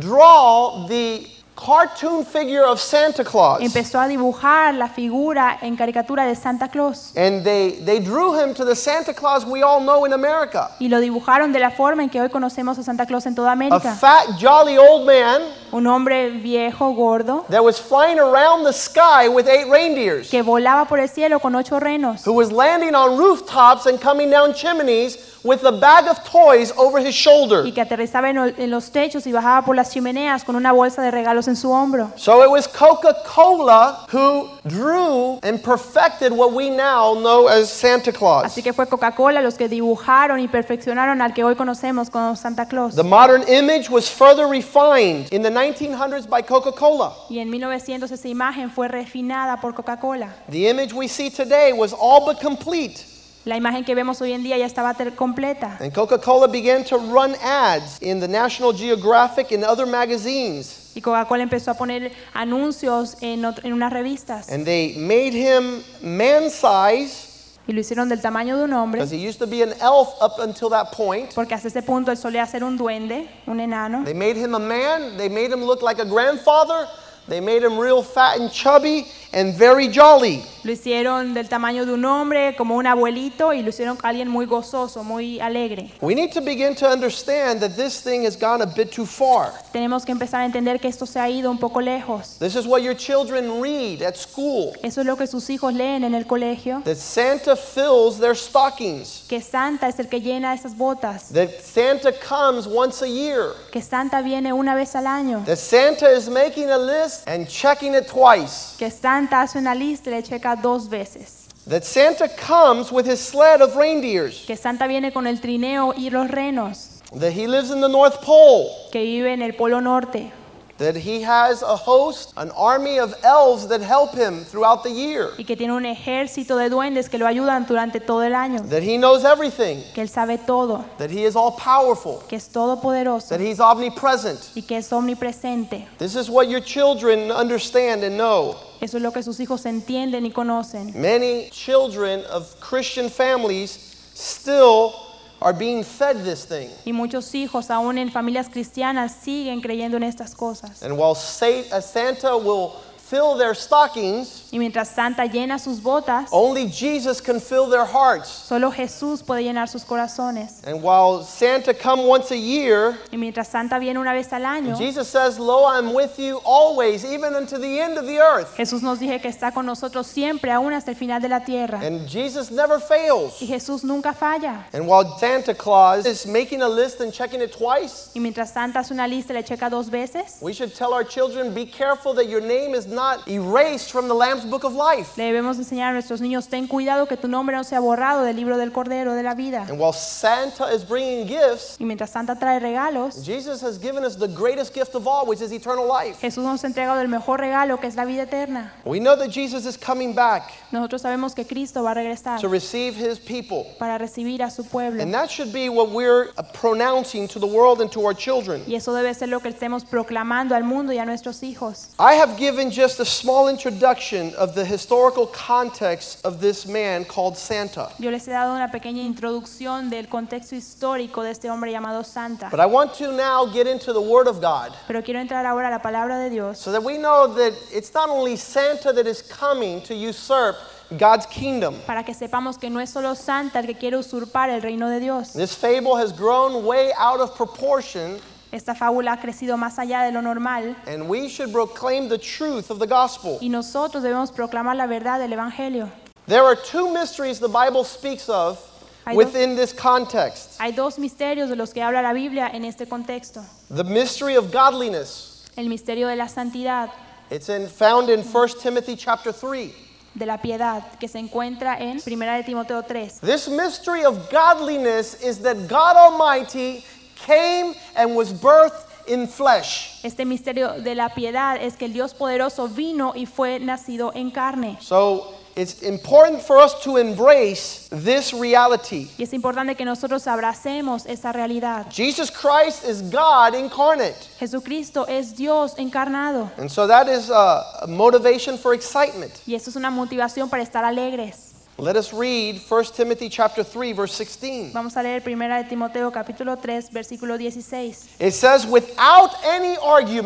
C: draw the cartoon figure of Santa Claus.
B: empezó a dibujar la figura en caricatura de Santa Claus
C: And they, they drew him to the Santa Claus we all know in America
B: y lo dibujaron de la forma en que hoy conocemos a Santa Claus en toda
C: a
B: América.
C: fat, jolly old man
B: Un hombre viejo, gordo,
C: that was flying around the sky with eight reindeers.
B: que volaba por el cielo con ocho renos,
C: Who was landing on rooftops and coming down chimneys with a bag of toys over his shoulder.
B: y que aterrizaba en, ol- en los techos y bajaba por las chimeneas con una bolsa de regalos en su hombro.
C: So it was Coca Cola who drew and perfected what we now know as Santa Claus.
B: Así que fue Coca-Cola los que dibujaron y perfeccionaron al que hoy conocemos como Santa Claus.
C: The modern image was further refined in the 1900s by Coca Cola.
B: Y en 1900 esa imagen fue refinada por Coca-Cola.
C: The image we see today was all but complete,
B: La imagen que vemos hoy en día ya estaba ter- completa.
C: and Coca Cola began to run ads in the National Geographic and other magazines.
B: Y Coca-Cola empezó a poner anuncios en, ot- en unas revistas.
C: And they made him man size
B: y lo hicieron del tamaño de un hombre,
C: because he used to be an elf up until that point.
B: porque hasta ese punto él solía ser un duende, un enano.
C: They made him a man, they made him look like a grandfather, they made him real fat and chubby and very jolly.
B: Lo hicieron del tamaño de un hombre, como un abuelito, y lo hicieron alguien muy gozoso, muy alegre.
C: We need to begin to understand that this thing has gone a bit too far.
B: Tenemos que empezar a entender que esto se ha ido un poco lejos.
C: This is what your children read at school
B: Eso es lo que sus hijos leen en el colegio,
C: that Santa fills their stockings,
B: que Santa es el que llena esas botas,
C: that Santa comes once a year,
B: que Santa viene una vez al año,
C: that Santa is making a list and checking it twice,
B: que Santa hace una lista y le checa dos veces,
C: that Santa comes with his sled of reindeers,
B: que Santa viene con el trineo y los renos,
C: that he lives in the North Pole,
B: que vive en el Polo Norte,
C: that he has a host, an army of elves that help him throughout the year,
B: y que tiene un ejército de duendes que lo ayudan durante todo el año,
C: that he knows everything,
B: que él sabe todo,
C: that he is all powerful,
B: que es todopoderoso
C: that he's omnipresent.
B: y que es omnipresente.
C: This is what your children understand and know.
B: Eso es lo que sus hijos entienden y conocen.
C: Many children of Christian families still are being fed this thing.
B: Y muchos hijos, aún en familias cristianas, siguen creyendo en estas cosas.
C: And while Sa- uh, Santa will fill their stockings,
B: Y mientras Santa llena sus botas,
C: only Jesus can fill their hearts.
B: solo Jesús puede llenar sus corazones.
C: And while Santa come once a year,
B: Y mientras Santa viene una vez al año,
C: Jesus says, "Lo, I'm with you always, even unto the end of the earth."
B: Jesús nos dice que está con nosotros siempre, aún hasta el final de la tierra.
C: And Jesus never fails.
B: Y Jesús nunca falla.
C: And while Santa Claus is making a list and checking it twice,
B: Y mientras Santa hace una lista y le checa dos veces,
C: we should tell our children, "Be careful that your name is not erased from the Lamb's Book of Life."
B: le debemos enseñar a nuestros niños, ten cuidado que tu nombre no sea borrado del libro del Cordero de la vida.
C: And while Santa is bringing gifts,
B: Y mientras Santa trae regalos,
C: Jesus has given us the greatest gift of all, which is eternal life.
B: Jesús nos ha entregado el mejor regalo que es la vida eterna.
C: We know that Jesus is coming back
B: Nosotros sabemos que Cristo va a regresar
C: to receive his people.
B: para recibir a su pueblo.
C: And that should be what we're pronouncing to the world and to our children.
B: Y eso debe ser lo que estemos proclamando al mundo y a nuestros hijos.
C: I have given just a small introduction of the historical context of this man called Santa.
B: Yo les he dado una pequeña introducción del contexto histórico de este hombre llamado Santa.
C: But I want to now get into the Word of God
B: Pero quiero entrar ahora a la palabra de Dios
C: so that we know that it's not only Santa that is coming to usurp God's kingdom.
B: para que sepamos que no es solo Santa el que quiere usurpar el reino de Dios.
C: This fable has grown way out of proportion
B: Esta fábula ha crecido más allá de lo normal
C: And we should proclaim the truth of the gospel.
B: y nosotros debemos proclamar la verdad del Evangelio.
C: There are two mysteries the Bible speaks of
B: I don't-
C: within this context
B: Hay dos misterios de los que habla la Biblia en este contexto.
C: the mystery of godliness.
B: El misterio de la santidad,
C: It's in, found in 1 Timothy chapter 3.
B: de la piedad, que se encuentra en 1 de Timoteo 3.
C: This mystery of godliness is that God Almighty came and was birthed in flesh.
B: Este misterio de la piedad es que el Dios poderoso vino y fue nacido en carne.
C: So it's important for us to embrace this reality.
B: Y es importante que nosotros abracemos esa realidad.
C: Jesus Christ is God incarnate.
B: Jesucristo es Dios encarnado.
C: And so that is uh, a motivation for excitement.
B: Y eso es una motivación para estar alegres.
C: Let us read 1 Timothy chapter 3 verse 16.
B: Vamos a leer 1 de Timoteo capítulo 3, versículo 16.
C: It says without any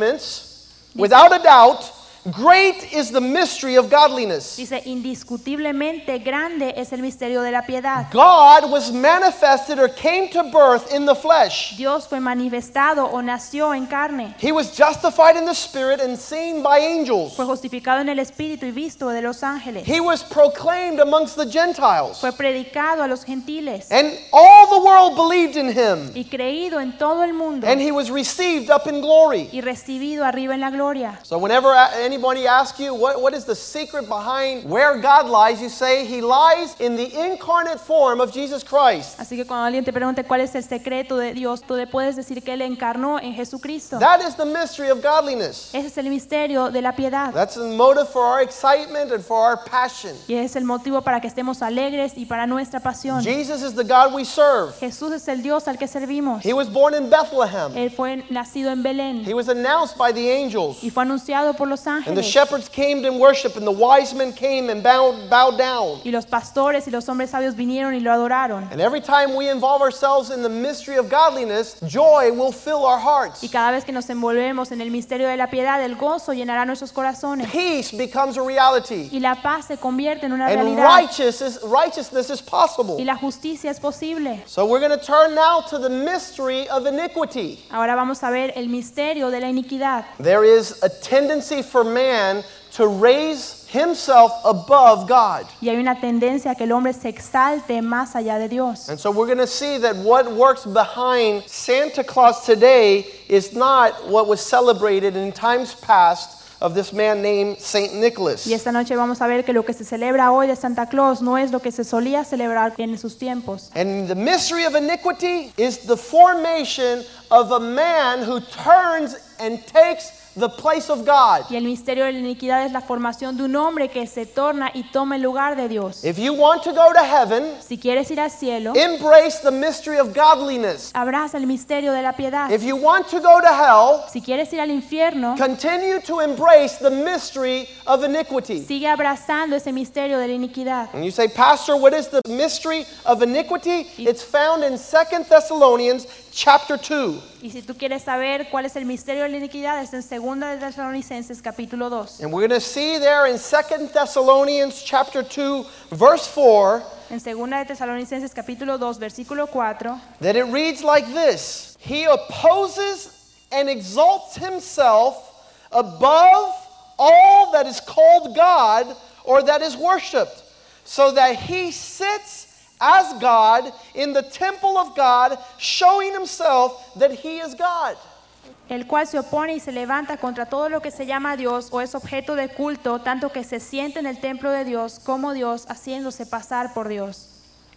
C: arguments, without a doubt, great is the mystery of godliness.
B: Dice, indiscutiblemente grande es el misterio de la piedad.
C: God was manifested or came to birth in the flesh.
B: Dios fue manifestado o nació en carne.
C: He was justified in the spirit and seen by angels.
B: Fue justificado en el Espíritu y visto de los ángeles.
C: He was proclaimed amongst the Gentiles.
B: Fue predicado a los gentiles
C: And all the world believed in him.
B: y creído en todo el mundo
C: And he was received up in glory.
B: y recibido arriba en la gloria.
C: So whenever a- anybody asks you what, what is the secret behind where God lies, you say he lies in the incarnate form of Jesus Christ.
B: Así que cuando alguien te pregunte cuál es el secreto de Dios, tú le puedes decir que Él encarnó en Jesucristo.
C: That is the mystery of godliness.
B: Ese es el misterio de la piedad
C: That's the motive for our excitement and for our passion.
B: y es el motivo para que estemos alegres y para nuestra pasión.
C: Jesus is the God we serve.
B: Jesús es el Dios al que servimos.
C: He was born in Bethlehem.
B: Él fue nacido en Belén
C: He was announced by the angels.
B: y fue anunciado por los
C: And the
B: ángeles.
C: shepherds came and worshiped, and the wise men came and bowed, bowed down.
B: Y los pastores y los hombres sabios vinieron y lo adoraron.
C: And every time we involve ourselves in the mystery of godliness, joy will fill our hearts.
B: Y cada vez que nos envolvemos en el misterio de la piedad, el gozo llenará nuestros corazones.
C: Peace becomes a reality.
B: Y la paz se convierte en una
C: And
B: realidad.
C: righteousness, righteousness is
B: Y
C: possible.
B: la justicia es posible.
C: So we're going to turn now to the mystery of iniquity.
B: Ahora vamos a ver el misterio de la iniquidad.
C: There is a tendency for man to raise himself above God.
B: Y hay una tendencia a que el hombre se exalte más allá de Dios.
C: And so we're going to see that what works behind Santa Claus today is not what was celebrated in times past of this man named St. Nicholas.
B: Y esta noche vamos a ver que lo que se celebra hoy de Santa Claus no es lo que se solía celebrar en sus tiempos.
C: And the mystery of iniquity is the formation of a man who turns and takes the place of God.
B: Y el misterio de la iniquidad es la formación de un hombre que se torna y toma el lugar de Dios.
C: If you want to go to heaven,
B: Si quieres ir al cielo,
C: embrace the mystery of godliness.
B: abraza el misterio de la piedad.
C: If you want to go to hell,
B: Si quieres ir al infierno,
C: continue to embrace the mystery of iniquity.
B: sigue abrazando ese misterio de la iniquidad.
C: And you say, Pastor, what is the mystery of iniquity? It's found in 2 Thessalonians chapter 2.
B: Y si tú quieres saber cuál es el misterio de la iniquidad, es en 2 de Tesalonicenses capítulo 2.
C: And we're going to see there in 2 Thessalonians chapter 2, verse 4,
B: En 2 de Tesalonicenses capítulo 2, versículo 4,
C: that it reads like this He opposes and exalts himself above all that is called God or that is worshiped, so that he sits as God in the temple of God, showing himself that he is God.
B: el cual se opone y se levanta contra todo lo que se llama Dios o es objeto de culto, tanto que se siente en el templo de Dios como Dios, haciéndose pasar por Dios.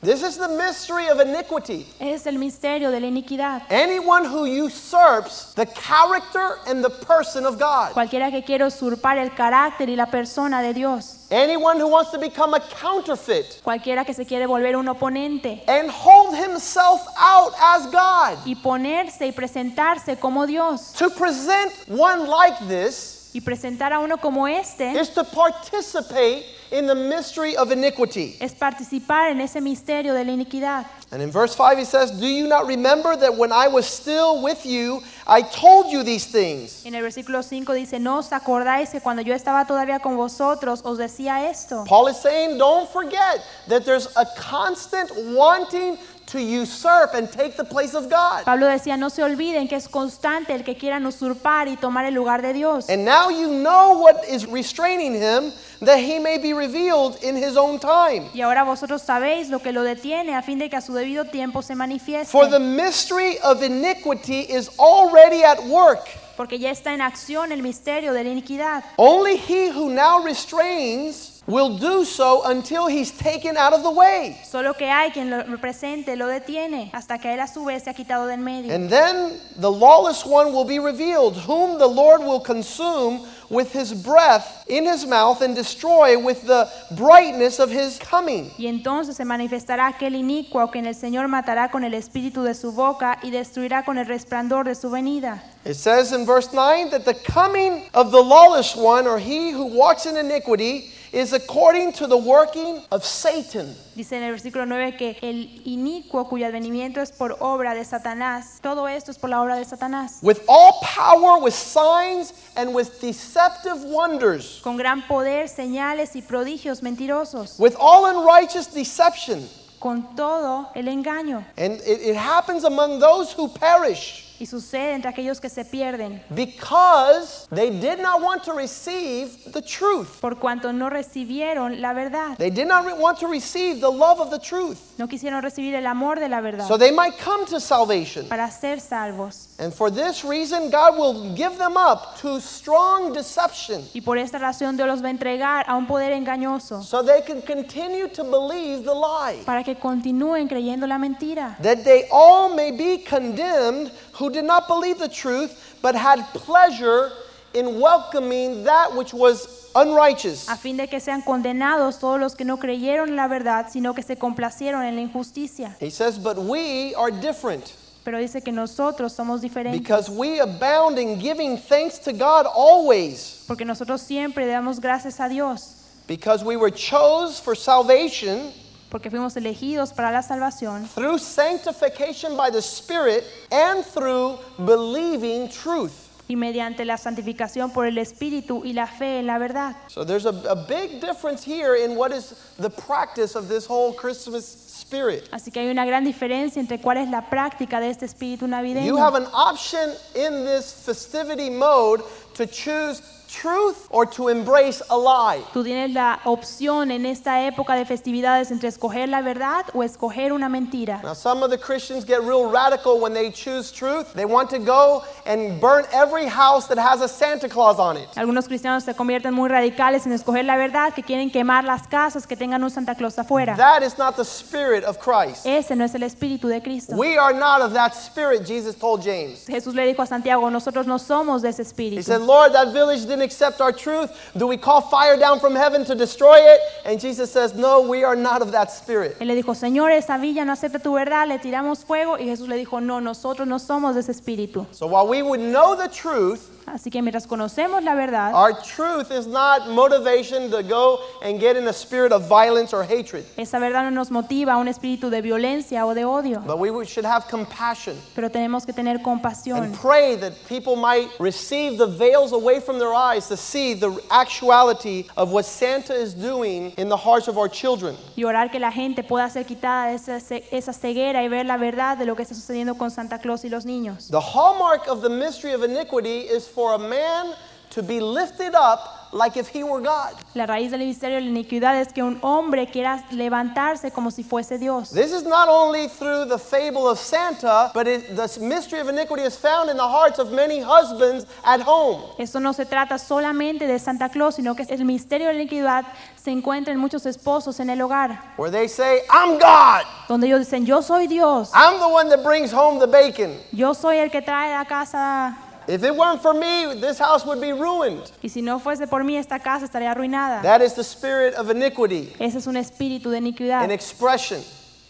C: This is the mystery of iniquity.
B: Es el misterio de la iniquidad.
C: Anyone who usurps the character and the person of God.
B: Cualquiera que quiera usurpar el carácter y la persona de Dios.
C: Anyone who wants to become a counterfeit
B: Cualquiera que se quiere volver un oponente
C: and hold himself out as God.
B: y ponerse y presentarse como Dios.
C: To present one like this
B: Y presentar a uno como este
C: is to participate in the mystery of iniquity.
B: es participar en ese misterio de la iniquidad.
C: And in verse 5 he says, Do you not remember that when I was still with you, I told you these things?
B: En el versículo 5 dice, no os acordáis que cuando yo estaba todavía con vosotros os decía esto.
C: Paul is saying, Don't forget that there's a constant wanting to usurp and take the place of God.
B: Pablo decía, no se olviden que es constante el que quieran usurpar y tomar el lugar de Dios.
C: And now you know what is restraining him, that he may be revealed in his own time.
B: Y ahora vosotros sabéis lo que lo detiene a fin de que a su debido tiempo se manifieste.
C: For the mystery of iniquity is already at work.
B: Porque ya está en acción el misterio de la iniquidad.
C: Only he who now restrains will do so until he's taken out of the way.
B: Solo que hay quien lo represente, lo detiene, hasta que él a su vez se ha quitado de en medio.
C: And then the lawless one will be revealed, whom the Lord will consume with his breath in his mouth and destroy with the brightness of his coming.
B: Y entonces se manifestará aquel inicuo a quien el Señor matará con el espíritu de su boca y destruirá con el resplandor de su venida.
C: It says in verse 9 that the coming of the lawless one, or he who walks in iniquity, is according to the working of Satan.
B: Dice en el versículo 9 que el inicuo cuyo advenimiento es por obra de Satanás, todo esto es por la obra de Satanás,
C: With all power, with signs, and with deceptive wonders,
B: con gran poder, señales y prodigios mentirosos,
C: with all unrighteous deception.
B: con todo el engaño.
C: And it, it happens among those who perish
B: Y sucede entre aquellos que se pierden,
C: because they did not want to receive the truth.
B: por cuanto no recibieron la verdad,
C: They did not re- want to receive the love of the truth.
B: no quisieron recibir el amor de la verdad
C: So they might come to salvation.
B: para ser salvos.
C: And for this reason, God will give them up to strong deception
B: Y por esta razón Dios los va a entregar a un poder engañoso
C: so they can continue to believe the lie.
B: para que continúen creyendo la mentira,
C: That they all may be condemned who did not believe the truth, but had pleasure in welcoming that which was unrighteous.
B: a fin de que sean condenados todos los que no creyeron la verdad, sino que se complacieron en la injusticia.
C: He says, But we are different.
B: pero dice que nosotros somos diferentes
C: because we abound in giving thanks to God always,
B: porque nosotros siempre damos gracias a Dios,
C: because we were chose for salvation
B: porque fuimos elegidos para la salvación
C: through sanctification by the Spirit and through believing truth.
B: y mediante la santificación por el Espíritu y la fe en la verdad.
C: So there's a, a big difference here in what is the practice of this whole Christmas spirit.
B: Así que hay una gran diferencia entre cuál es la práctica de este Espíritu
C: You have
B: navideño.
C: an option in this festivity mode to choose truth or to embrace a lie.
B: Tú tienes la opción en esta época de festividades entre escoger la verdad o escoger una mentira.
C: Now, some of the Christians get real radical when they choose truth. They want to go and burn every house that has a Santa Claus on it.
B: Algunos cristianos se convierten muy radicales en escoger la verdad, que quieren quemar las casas que tengan un Santa Claus afuera.
C: That is not the spirit of Christ.
B: Ese no es el espíritu de Cristo.
C: We are not of that spirit, Jesus told James.
B: Jesús le dijo a Santiago, nosotros no somos de ese
C: He
B: espíritu.
C: said, Lord, that village didn't accept our truth. Do we call fire down from heaven to destroy it? And Jesus says, No, we are not of that spirit.
B: Él le dijo, Señor, esa villa no acepta tu verdad, le tiramos fuego. Y Jesús le dijo, no, nosotros no somos de ese espíritu.
C: So while we would know the truth,
B: Así que mientras conocemos la verdad,
C: Our truth is not motivation to go and get in a spirit of violence or hatred,
B: esa verdad no nos motiva a un espíritu de violencia o de odio,
C: but we should have compassion
B: pero tenemos que tener compasión
C: and pray that people might receive the veils away from their eyes to see the actuality of what Santa is doing in the hearts of our children.
B: y orar que la gente pueda ser quitada de esa, ce- esa ceguera y ver la verdad de lo que está sucediendo con Santa Claus y los niños.
C: The hallmark of the mystery of iniquity is for a man to be lifted up like if he were God.
B: La raíz del misterio de la iniquidad es que un hombre quiera levantarse como si fuese Dios.
C: This is not only through the fable of Santa, but it, the mystery of iniquity is found in the hearts of many husbands at home.
B: Esto no se trata solamente de Santa Claus, sino que el misterio de la iniquidad se encuentra en muchos esposos en el hogar,
C: where they say, I'm God.
B: donde ellos dicen, yo soy Dios,
C: I'm the one that brings home the bacon.
B: yo soy el que trae a casa,
C: If it weren't for me, this house would be ruined.
B: y si no fuese por mí esta casa estaría arruinada.
C: That is the spirit of iniquity
B: Ese es un espíritu de
C: in
B: iniquidad
C: expression.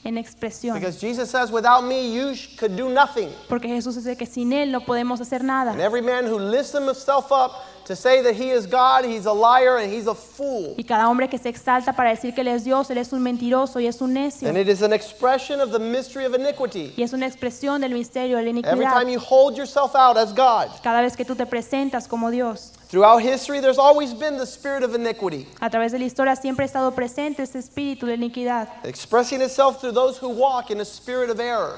B: en expresión,
C: Because Jesus says, without me, you sh- could do nothing.
B: porque Jesús dice que sin Él no podemos hacer nada.
C: And every man who lifts himself up to say that he is God, he's a liar and he's a fool.
B: Y cada hombre que se exalta para decir que Él es Dios, Él es un mentiroso y es un necio.
C: And it is an expression of the mystery of iniquity.
B: Y es una expresión del misterio de la
C: Every
B: iniquidad.
C: time you hold yourself out as God,
B: Cada vez que tú te presentas como Dios,
C: throughout history, there's always been the spirit of iniquity,
B: a través de la historia siempre ha estado presente ese espíritu de iniquidad,
C: expressing itself through those who walk in a spirit of error.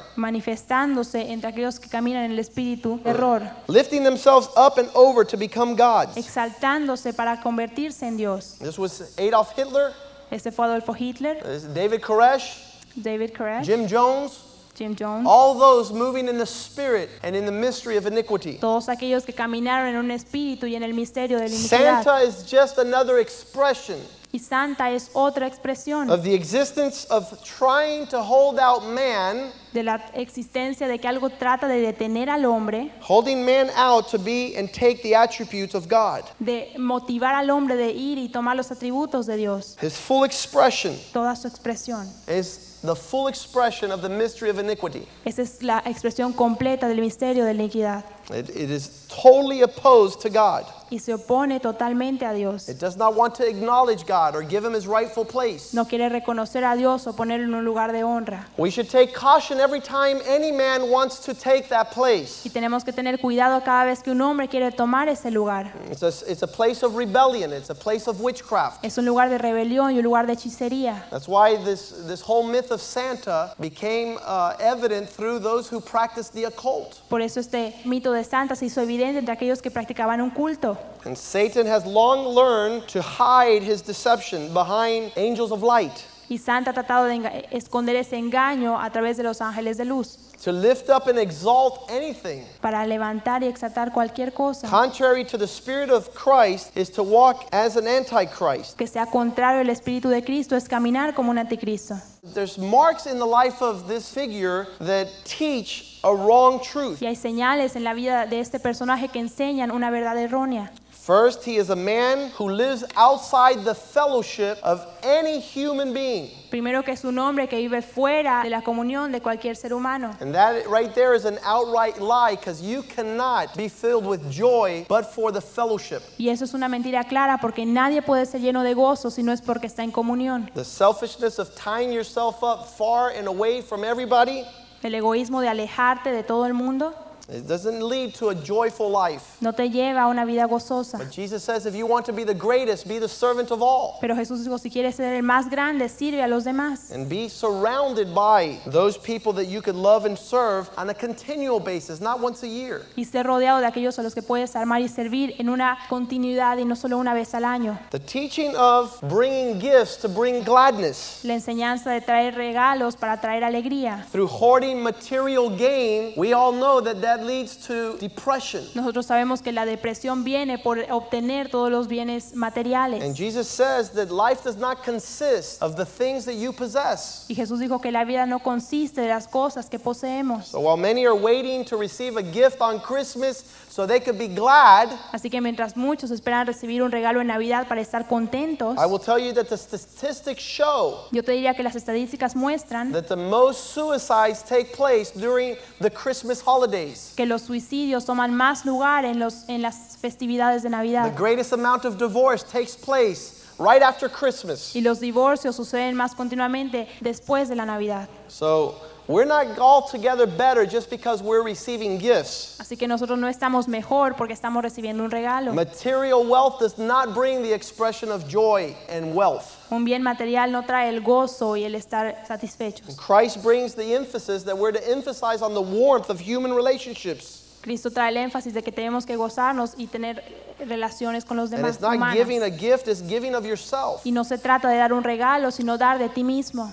B: manifestándose entre aquellos que caminan en el espíritu de error,
C: lifting themselves up and over to become gods.
B: exaltándose para convertirse en Dios.
C: This was Adolf Hitler,
B: Este fue Adolfo Hitler,
C: this is David Koresh,
B: David Koresh,
C: Jim Jones,
B: Jim Jones,
C: all those moving in the spirit and in the mystery of iniquity.
B: todos aquellos que caminaron en un espíritu y en el misterio de la
C: Santa
B: iniquidad.
C: is just another expression
B: Y santa es otra expresión
C: of the existence of trying to hold out man,
B: de la existencia de que algo trata de detener al hombre,
C: holding man out to be and take the attributes of God.
B: de motivar al hombre de ir y tomar los atributos de Dios.
C: His full expression
B: Toda su expresión.
C: is the full expression of the mystery of iniquity.
B: Esa es la expresión completa del misterio de la iniquidad.
C: It- it is totally opposed to God.
B: Y se opone totalmente a Dios.
C: It does not want to acknowledge God or give him his rightful place.
B: No quiere reconocer a Dios o ponerlo en un lugar de honra.
C: We should take caution every time any man wants to take that place.
B: Y tenemos que tener cuidado cada vez que un hombre quiere tomar ese lugar.
C: It's a, it's a place of rebellion, it's a place of witchcraft.
B: Es un lugar de rebelión y un lugar de hechicería.
C: That's why this, this whole myth of Santa became uh, evident through those who practiced the occult.
B: Por eso este mito de Santa se hizo evidente entre aquellos que practicaban un culto.
C: And Satan has long learned to hide his deception behind angels of light,
B: Y Santa ha tratado de enga- esconder ese engaño a través de los ángeles de luz
C: to lift up and exalt anything.
B: para levantar y exaltar cualquier cosa
C: Contrary to the spirit of Christ is to walk as an antichrist.
B: que sea contrario al espíritu de Cristo es caminar como un anticristo.
C: There's marks in the life of this figure that teach a wrong truth.
B: Y hay señales en la vida de este personaje que enseñan una verdad errónea.
C: First, he is a man who lives outside the fellowship of any human being.
B: Primero que es un hombre que vive fuera de la comunión de cualquier ser humano.
C: And that right there is an outright lie because you cannot be filled with joy but for the fellowship.
B: Y eso es una mentira clara porque nadie puede ser lleno de gozo si no es porque está en comunión.
C: The selfishness of tying yourself up far and away from everybody
B: El egoísmo de alejarte de todo el mundo
C: it doesn't lead to a joyful life.
B: no te lleva a una vida gozosa.
C: But Jesus says if you want to be the greatest, be the servant of all
B: Pero Jesús dijo, si quieres ser el más grande, sirve a los demás.
C: and be surrounded by those people that you could love and serve on a continual basis, not once a year.
B: Y ser rodeado de aquellos a los que puedes armar y servir en una continuidad y no solo una vez al año.
C: The teaching of bringing gifts to bring gladness
B: La enseñanza de traer regalos para traer alegría.
C: through hoarding material gain, we all know that that leads to depression.
B: Nosotros sabemos que la depresión viene por obtener todos los bienes
C: And
B: materiales.
C: Jesus says that life does not consist of the things that you possess.
B: Y Jesús dijo que la vida no consiste de las cosas que poseemos.
C: So while many are waiting to receive a gift on Christmas so they could be glad,
B: Así que mientras muchos esperan recibir un regalo en Navidad para estar contentos,
C: I will tell you that the statistics show
B: yo te diría que las estadísticas muestran
C: that the most suicides take place during the Christmas holidays.
B: que los suicidios toman más lugar en, los, en las festividades de
C: The
B: Navidad
C: greatest amount of divorce takes place right after Christmas.
B: y los divorcios suceden más continuamente después de la Navidad.
C: So we're not all together better just because we're receiving gifts.
B: Así que nosotros no estamos mejor porque estamos recibiendo un regalo.
C: Material wealth does not bring the expression of joy and wealth.
B: Un bien material no trae el gozo y el estar satisfechos.
C: Christ brings the emphasis that we're to emphasize on the warmth of human relationships.
B: Cristo trae el énfasis de que tenemos que gozarnos y tener relaciones con los
C: And
B: demás
C: it's not
B: humanas.
C: giving a gift, it's giving of yourself.
B: Y no se trata de dar un regalo, sino dar de ti mismo.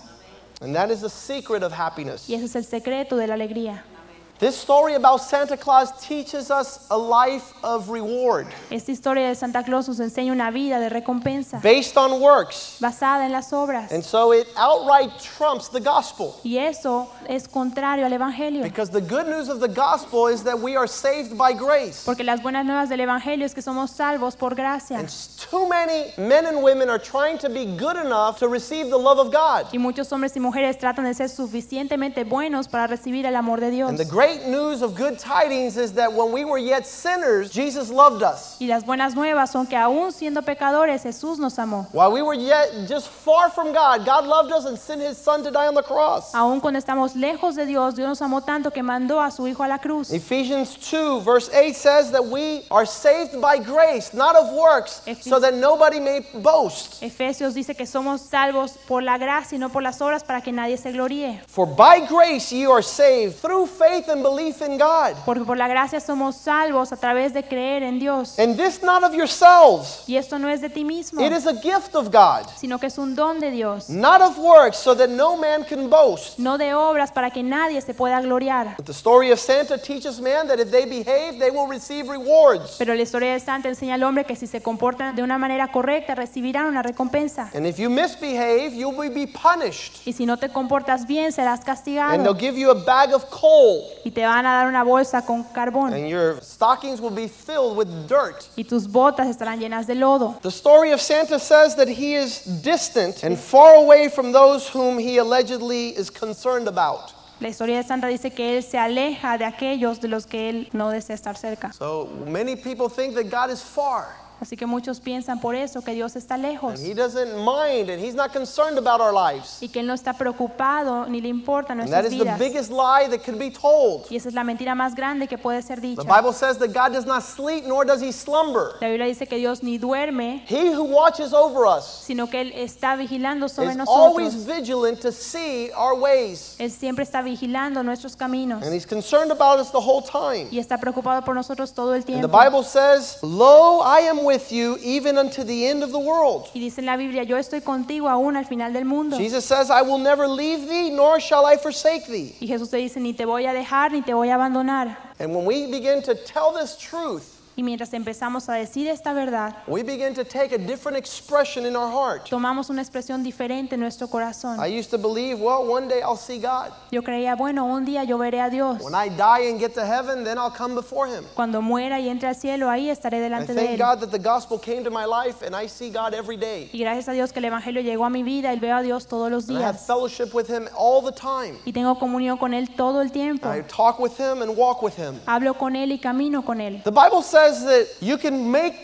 C: And that is the secret of happiness.
B: Y ese es el secreto de la alegría.
C: This story about Santa Claus teaches us a life of reward
B: Esta historia de Santa Claus nos enseña una vida de recompensa
C: based on works.
B: basada en las obras.
C: And so it outright trumps the gospel.
B: Y eso es contrario al Evangelio.
C: Because the good news of the gospel is that we are saved by grace.
B: Porque las buenas nuevas del Evangelio es que somos salvos por gracia.
C: And s- too many men and women are trying to be good enough to receive the love of God.
B: Y muchos hombres y mujeres tratan de ser suficientemente buenos para recibir el amor de Dios.
C: And the great news of good tidings is that when we were yet sinners, Jesus loved us.
B: Y las buenas nuevas son que aún siendo pecadores, Jesús nos amó.
C: While we were yet just far from God, God loved us and sent his son to die on the cross.
B: Aún cuando estamos lejos de Dios, Dios nos amó tanto que mandó a su Hijo a la cruz.
C: Ephesians 2, verse 8 says that we are saved by grace, not of works, so that nobody may boast.
B: Efesios dice que somos salvos por la gracia y no por las obras para que nadie se gloríe.
C: For by grace you are saved through faith and belief in God.
B: Porque por la gracia somos salvos a través de creer en Dios.
C: And this not of yourselves,
B: Y esto no es de ti mismo,
C: it is Mm. a gift of God.
B: sino que es un don de Dios.
C: not of works, so that no man can boast.
B: No de obras para que nadie se pueda gloriar.
C: But the story of Santa teaches man that if they behave, they will receive rewards.
B: Pero la historia de Santa enseña al hombre que si se comportan de una manera correcta recibirán una recompensa.
C: And if you misbehave, you will be punished.
B: Y si no te comportas bien serás
C: And they'll
B: castigado
C: give you a bag of coal,
B: y te van a dar una bolsa con carbón
C: and your stockings will be filled with dirt.
B: y tus botas estarán llenas de lodo.
C: The story of Santa says that he is distant and far away from those whom he allegedly is concerned about.
B: La historia de Santa dice que él se aleja de aquellos de los que él no desea estar cerca.
C: So many people think that God is far,
B: Así que muchos piensan por eso que Dios está
C: and
B: lejos
C: he doesn't mind, and he's not concerned about our lives.
B: y que él no está preocupado ni le importa
C: And that
B: nuestras
C: is the
B: vidas.
C: biggest lie that can be told.
B: Y esa es la mentira más grande que puede ser dicha.
C: The Bible says that God does not sleep nor does he slumber.
B: La Biblia dice que Dios ni duerme,
C: He who watches over us
B: sino que él está vigilando sobre
C: is always
B: nosotros.
C: vigilant to see our ways.
B: Él siempre está vigilando nuestros caminos
C: And he's concerned about us the whole time.
B: y está preocupado por nosotros todo el
C: And the
B: tiempo.
C: Bible says, Lo, I am with you even unto the end of the world.
B: Y dice en la Biblia, yo estoy contigo aún al final del mundo.
C: Jesus says, I will never leave thee, nor shall I forsake thee.
B: Y Jesús te dice, ni te voy a dejar, ni te voy a abandonar.
C: And when we begin to tell this truth,
B: Y mientras empezamos a decir esta verdad,
C: we begin to take a different expression in our heart.
B: tomamos una expresión diferente en nuestro corazón.
C: I used to believe, well, one day I'll see God.
B: Yo creía, bueno, un día yo veré a Dios.
C: When I die and get to heaven, then I'll come before Him.
B: Cuando muera y entre al cielo, ahí estaré
C: And
B: delante de
C: thank
B: Él.
C: God that the gospel came to my life and I see God every day.
B: Y gracias a Dios que el Evangelio llegó a mi vida y veo a Dios todos los
C: And I have
B: días.
C: fellowship with Him all the time.
B: Y tengo comunión con Él todo el tiempo.
C: And I talk with Him and walk with Him.
B: Hablo con Él y camino con Él.
C: The Bible says that you can make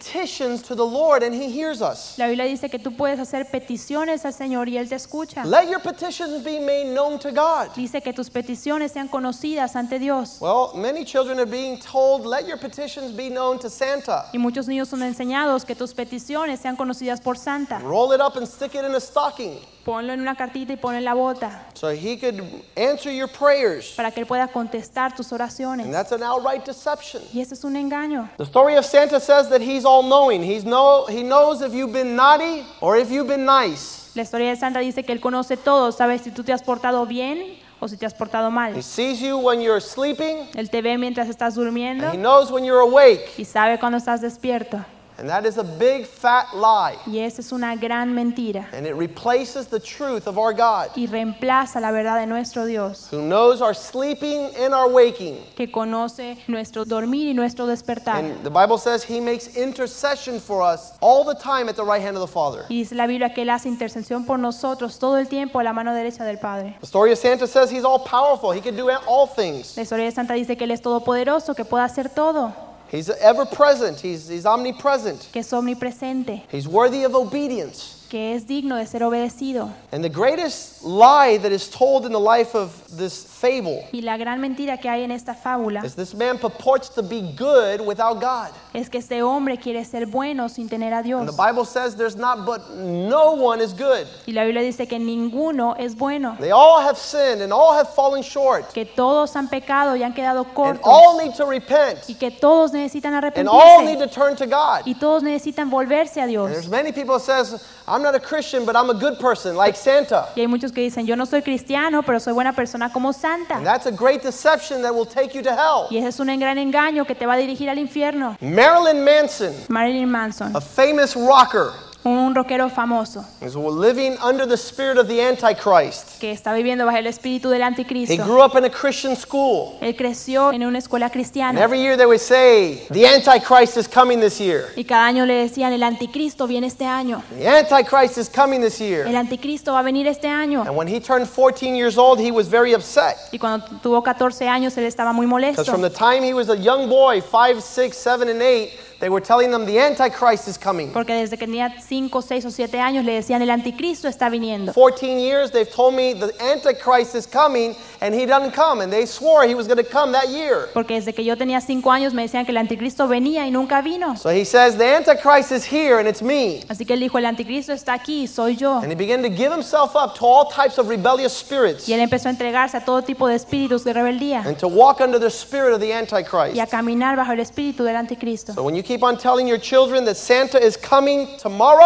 C: petitions to the Lord and He hears us.
B: La Biblia dice que tú puedes hacer peticiones al Señor y Él te escucha.
C: Let your petitions be made known to God.
B: Dice que tus peticiones sean conocidas ante Dios.
C: Well, many children are being told, let your petitions be known to Santa.
B: Y muchos niños son enseñados que tus peticiones sean conocidas por Santa.
C: Roll it up and stick it in a stocking
B: Ponlo en una cartita y ponlo en la bota
C: so He could answer your prayers.
B: para que Él pueda contestar tus
C: And
B: oraciones.
C: that's an outright deception.
B: Y ese es un engaño.
C: The story of Santa says that he's all knowing. He's know, he knows if you've been naughty or if you've been nice.
B: La historia de Santa dice que Él conoce todo, sabe si tú te has portado bien o si te has portado
C: He
B: mal.
C: sees you when you're sleeping,
B: Él te ve mientras estás durmiendo
C: and he knows when you're awake.
B: y sabe cuando estás despierto.
C: And that is a big fat lie.
B: Y esa es una gran mentira.
C: And it replaces the truth of our God,
B: Y reemplaza la verdad de nuestro Dios,
C: who knows our sleeping and our waking.
B: que conoce nuestro dormir y nuestro despertar.
C: And the Bible says he makes intercession for us all the time at the right hand of the Father.
B: Y dice la Biblia que Él hace intercesión por nosotros todo el tiempo a la mano derecha del Padre.
C: The story of Santa says he's all powerful. He can do all things.
B: La historia de Santa dice que Él es todopoderoso, que puede hacer todo,
C: He's ever present. He's, he's omnipresent.
B: que es omnipresente,
C: He's worthy of obedience.
B: que es digno de ser obedecido.
C: And the greatest lie that is told in the life of this fable
B: Y la gran mentira que hay en esta fábula
C: is this man purports to be good without God.
B: es que este hombre quiere ser bueno sin tener a
C: And the
B: Dios.
C: Bible says there's not but no one is good.
B: Y la Biblia dice que ninguno es bueno,
C: They all have sinned and all have fallen short.
B: que todos han pecado y han quedado
C: And
B: cortos
C: all need to repent.
B: y que todos necesitan
C: And all
B: arrepentirse
C: need to turn to God.
B: y todos necesitan volverse a
C: And
B: Dios.
C: there's many people that says, I'm not a Christian, but I'm a good person, like Santa.
B: Y hay muchos que dicen, yo no soy cristiano, pero soy buena persona como
C: And
B: santa.
C: that's a great deception that will take you to hell.
B: Y ese es un gran engaño que te va a dirigir al infierno.
C: Marilyn Manson,
B: Marilyn Manson,
C: a famous rocker,
B: un rockero famoso
C: is living under the spirit of the Antichrist.
B: que está viviendo bajo el espíritu del
C: He
B: anticristo.
C: grew up in a Christian school.
B: Él creció en una escuela
C: And
B: cristiana
C: every year they would say, The Antichrist is coming this year.
B: y cada año le decían, el anticristo viene este año,
C: The Antichrist is coming this year.
B: el anticristo va a venir este año.
C: And when he turned 14 years old, he was very upset.
B: Y cuando tuvo 14 años él estaba muy molesto.
C: Because from the time he was a young boy, five, six, seven, and 8, they were telling him, The Antichrist is coming.
B: Porque desde que tenía 5, 6 o 7 años le decían el anticristo está viniendo.
C: 14 years, they've told me the Antichrist is coming, and he doesn't come. And they swore he was going to come that year.
B: Porque desde que yo tenía 5 años me decían que el anticristo venía y nunca vino.
C: So he says, The Antichrist is here, and it's me.
B: Así que él dijo, el anticristo está aquí, soy yo.
C: And he began to give himself up to all types of rebellious spirits.
B: Y él empezó a entregarse a todo tipo de espíritus de rebeldía
C: and to walk under the spirit of the
B: y a
C: Antichrist.
B: caminar bajo el espíritu del anticristo.
C: So when you keep on telling your children that Santa is coming tomorrow,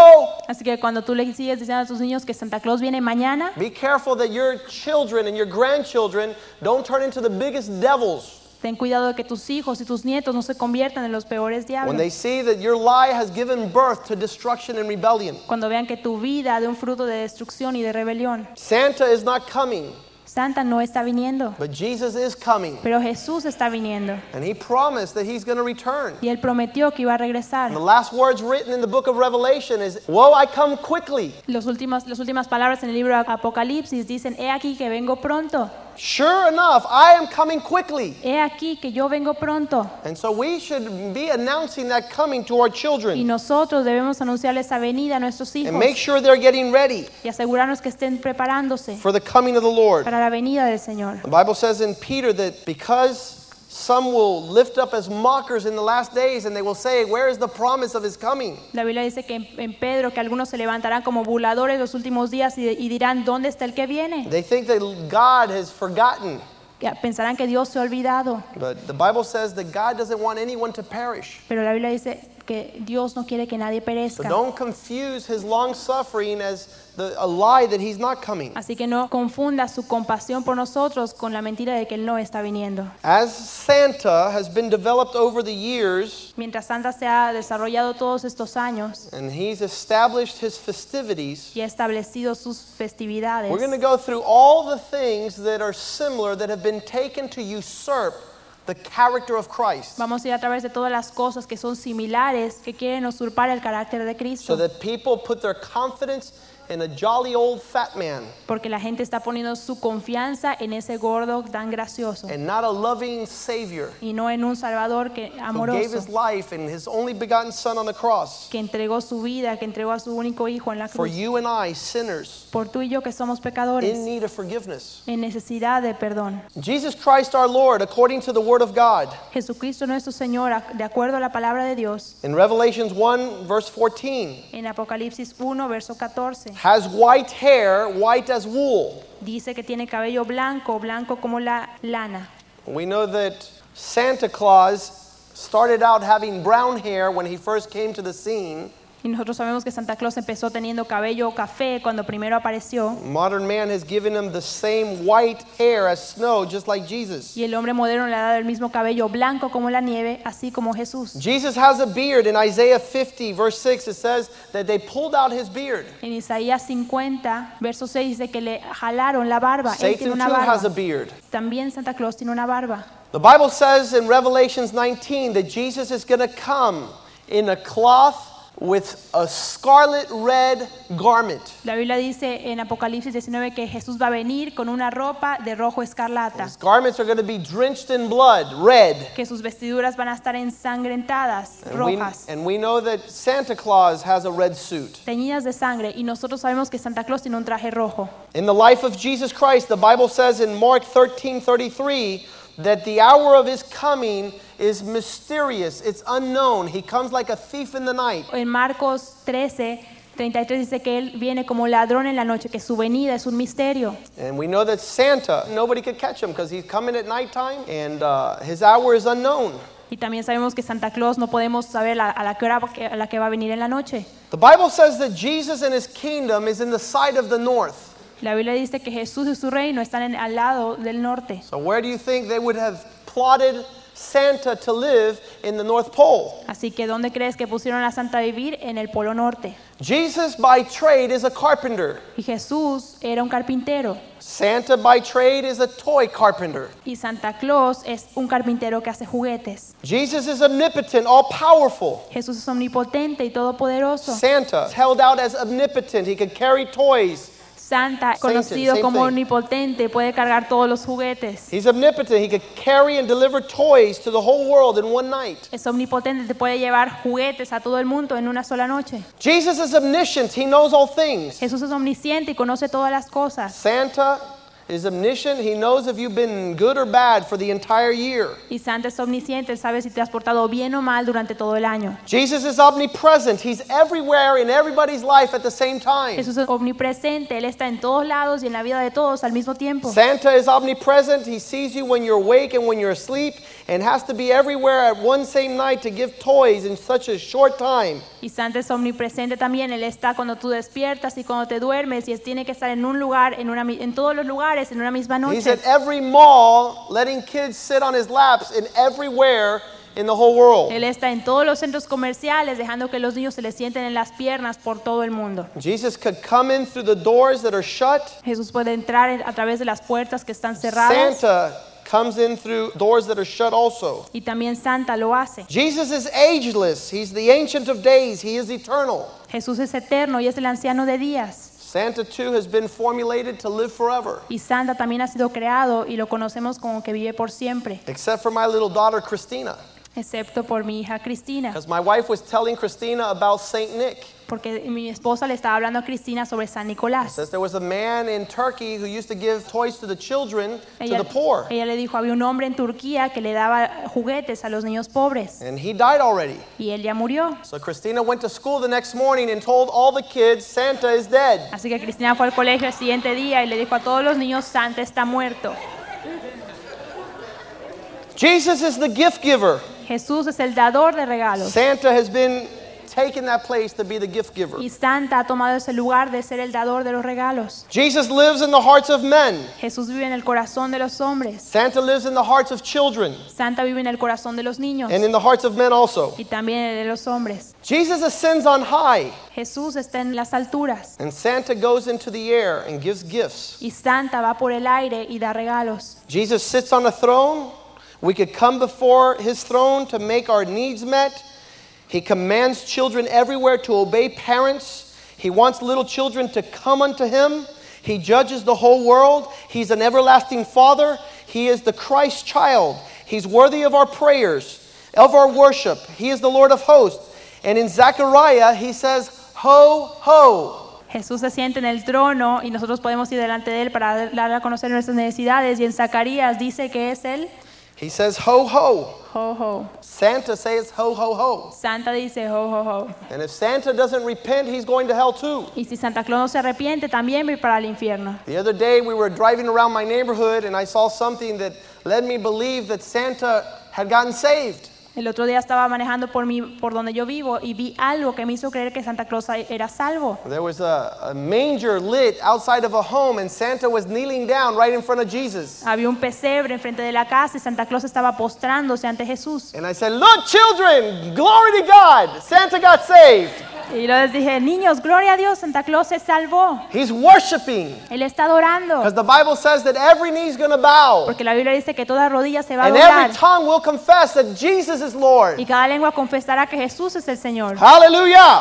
B: Así que cuando tú le sigues diciendo a tus niños que Santa Claus viene mañana,
C: be careful that your children and your grandchildren don't turn into the biggest devils
B: ten cuidado de que tus hijos y tus nietos no se conviertan en los peores
C: when they
B: diablos.
C: see that your lie has given birth to destruction and rebellion.
B: Cuando vean que tu vida de un fruto de destrucción y de rebelión.
C: Santa is not coming,
B: Santa no está viniendo,
C: but Jesus is coming.
B: pero Jesús está viniendo.
C: And he promised that he's going to return.
B: Y él prometió que iba a regresar.
C: The last words written in the book of Revelation is, Woe, I come quickly.
B: Los últimos, las últimas palabras en el libro de Apocalipsis dicen, he aquí que vengo pronto,
C: Sure enough, I am coming quickly.
B: he aquí que yo vengo pronto.
C: And so we should be announcing that coming to our children.
B: Y nosotros debemos anunciarles esa venida a nuestros hijos
C: and make sure they're getting ready
B: y asegurarnos que estén preparándose
C: for the coming of the Lord.
B: para la venida del Señor.
C: The Bible says in Peter that because some will lift up as mockers in the last days and they will say, Where is the promise of his coming?
B: La Biblia dice que en, en Pedro que algunos se levantarán como burladores los últimos días y, y dirán, ¿dónde está el que viene?
C: They think that God has forgotten.
B: Que Pensarán que Dios se ha olvidado.
C: But the Bible says that God doesn't want anyone to perish.
B: Pero la Biblia dice, que Dios no quiere que nadie
C: So
B: perezca.
C: don't confuse his long suffering as the, a lie that he's not coming.
B: Así que no confunda su compasión por nosotros con la mentira de que Él no está viniendo.
C: As Santa has been developed over the years,
B: Mientras Santa se ha desarrollado todos estos años
C: and he's established his festivities,
B: y ha establecido sus festividades,
C: we're going to go through all the things that are similar that have been taken to usurp the character of Christ.
B: vamos a ir a través de todas las cosas que son similares, que quieren usurpar el carácter de
C: So
B: Cristo,
C: that people put their confidence in a jolly old fat man
B: porque la gente está poniendo su confianza en ese gordo tan gracioso
C: and not a loving Savior
B: y no en un Salvador que,
C: who gave his
B: amoroso,
C: life and his only begotten Son on the cross
B: que entregó su vida, que entregó a su único hijo en la
C: for
B: cruz,
C: you and I, sinners
B: por tú y yo que somos
C: in
B: pecadores,
C: need of forgiveness.
B: en necesidad de perdón.
C: Jesus Christ our Lord, according to the Word of God,
B: Jesucristo nuestro Señor, a- de acuerdo a la palabra de Dios,
C: in Revelations 1, verse 14,
B: en Apocalipsis 1, verso 14,
C: has white hair, white as wool.
B: dice que tiene cabello blanco, blanco como la lana.
C: We know that Santa Claus started out having brown hair when he first came to the scene.
B: Y nosotros sabemos que Santa Claus empezó teniendo cabello café cuando primero apareció.
C: Modern man has given him the same white hair as snow, just like Jesus.
B: Y el hombre moderno le ha dado el mismo cabello blanco como la nieve, así como Jesús.
C: Jesus has a beard. In Isaiah 50, verse 6, it says that they pulled out his beard.
B: En Isaías 50, verso 6, de que le jalaron la barba. Ah, Él tiene
C: Satan too
B: una barba.
C: has a beard.
B: También Santa Claus tiene una barba.
C: The Bible says in Revelations 19 that Jesus is going to come in a cloth with a scarlet red garment.
B: La Biblia dice en Apocalipsis 19 que Jesús va a venir con una ropa de rojo escarlata,
C: His garments are going to be drenched in blood, red.
B: que sus vestiduras van a estar ensangrentadas,
C: And we,
B: rojas,
C: and we know that Santa Claus has a red suit.
B: teñidas de sangre. Y nosotros sabemos que Santa Claus tiene un traje rojo.
C: In the life of Jesus Christ, the Bible says in Mark 13 33 that the hour of his coming is mysterious, it's unknown. He comes like a thief in the night.
B: En Marcos 13, 33 dice que él viene como ladrón en la noche, que su venida es un misterio.
C: And we know that Santa, nobody could catch him because he's coming at nighttime and uh, his hour is unknown.
B: Y también sabemos que Santa Claus no podemos saber la- a la que hora va- que- a la que va a venir en la noche.
C: The Bible says that Jesus and his kingdom is in the side of the north.
B: La Biblia dice que Jesús y su reino están en- al lado del norte.
C: So, where do you think they would have plotted Santa to live in the North Pole?
B: Así que ¿dónde crees que pusieron a Santa a vivir? En el Polo Norte.
C: Jesus, by trade, is a carpenter.
B: Y Jesús era un carpintero
C: Santa, by trade, is a toy carpenter.
B: y Santa Claus es un carpintero que hace juguetes.
C: Jesus is omnipotent, all powerful.
B: Jesús es omnipotente y todopoderoso.
C: Santa is held out as omnipotent. He could carry toys.
B: Santa, conocido
C: same
B: como
C: thing.
B: omnipotente, puede cargar todos los juguetes.
C: He's omnipotent. He could carry and deliver toys to the whole world in one night.
B: Es omnipotente, te puede llevar juguetes a todo el mundo en una sola noche.
C: Jesus is omniscient. He knows all things.
B: Jesús es omnisciente y conoce todas las cosas.
C: Santa is omniscient. He knows if you've been good or bad for the entire year.
B: Y Santa es omnisciente, él sabe si te has portado bien o mal durante todo el año.
C: Jesus is omnipresent. He's everywhere in everybody's life at the same time.
B: Jesús es omnipresente, él está en todos lados y en la vida de todos al mismo tiempo.
C: Santa is omnipresent. He sees you when you're awake and when you're asleep and has to be everywhere at one same night to give toys in such a short time.
B: Y Santa es omnipresente también, él está cuando tú despiertas y cuando te duermes y él tiene que estar en un lugar, en, una, mi- en todos los lugares, en una misma
C: He's
B: noche.
C: at every mall letting kids sit on his laps in everywhere in the whole world.
B: Él está en todos los centros comerciales dejando que los niños se les sienten en las piernas por todo el mundo.
C: Jesus could come in through the doors that are shut.
B: Jesús puede entrar en- a través de las puertas que están cerradas
C: Santa comes in through doors that are shut also.
B: y también Santa lo hace.
C: Jesus is ageless. He's the ancient of days. He is eternal.
B: Jesús es eterno y es el anciano de días.
C: Santa too has been formulated to live forever.
B: Y Santa también ha sido creado y lo conocemos como que vive por siempre,
C: Except for my little daughter Christina,
B: excepto por mi hija Cristina,
C: because my wife was telling Christina about Saint Nick.
B: porque mi esposa le estaba hablando a Cristina sobre San Nicolás.
C: Says there was a man in Turkey who used to give toys to the children to
B: Ella,
C: the poor,
B: ella le dijo, había un hombre en Turquía que le daba juguetes a los niños pobres
C: and he died already.
B: y él ya murió.
C: So Christina went to school the next morning and told all the kids Santa is dead.
B: Así que Cristina fue al colegio el siguiente día y le dijo a todos los niños, Santa está muerto.
C: Jesus is the gift giver.
B: Jesús es el dador de regalos.
C: Santa has been taking that place to be the gift giver.
B: Y Santa ha tomado ese lugar de ser el dador de los regalos.
C: Jesus lives in the hearts of men.
B: Jesús vive en el corazón de los hombres.
C: Santa lives in the hearts of children
B: Santa vive en el corazón de los niños
C: and in the hearts of men also.
B: y también en el de los hombres.
C: Jesus ascends on high,
B: Jesús está en las alturas
C: and Santa goes into the air and gives gifts.
B: y Santa va por el aire y da regalos.
C: Jesus sits on a throne. We could come before his throne to make our needs met. He commands children everywhere to obey parents. He wants little children to come unto him. He judges the whole world. He's an everlasting father. He is the Christ child. He's worthy of our prayers, of our worship. He is the Lord of hosts. And in Zechariah, he says, Ho, ho.
B: Jesús se siente en el trono y nosotros podemos ir delante de él para dar a conocer nuestras necesidades y en Zacarías dice que es el
C: He says, Ho, ho.
B: ho ho.
C: Santa says, Ho, ho, ho.
B: Santa dice ho ho ho.
C: And if Santa doesn't repent, he's going to hell too.
B: Y si Santa Claus no se arrepiente, también va a ir para el infierno.
C: The other day, we were driving around my neighborhood and I saw something that led me believe that Santa had gotten saved.
B: El otro día estaba manejando por, mi, por donde yo vivo y vi algo que me hizo creer que Santa Claus era salvo.
C: There was a, a manger lit outside of a home and Santa was kneeling down right in front of Jesus.
B: Había un pesebre enfrente de la casa y Santa Claus estaba postrándose ante Jesús.
C: And I said, Look, children, glory to God, Santa got saved.
B: Y yo les dije, niños, gloria a Dios, Santa Claus se salvó.
C: He's worshiping
B: Él está adorando.
C: because the Bible says that every knee's going to bow
B: Porque la Biblia dice que toda rodilla se va a
C: and
B: doblar
C: every tongue will confess that Jesus is
B: y
C: Lord.
B: cada lengua confesará que Jesús es el Señor.
C: Hallelujah.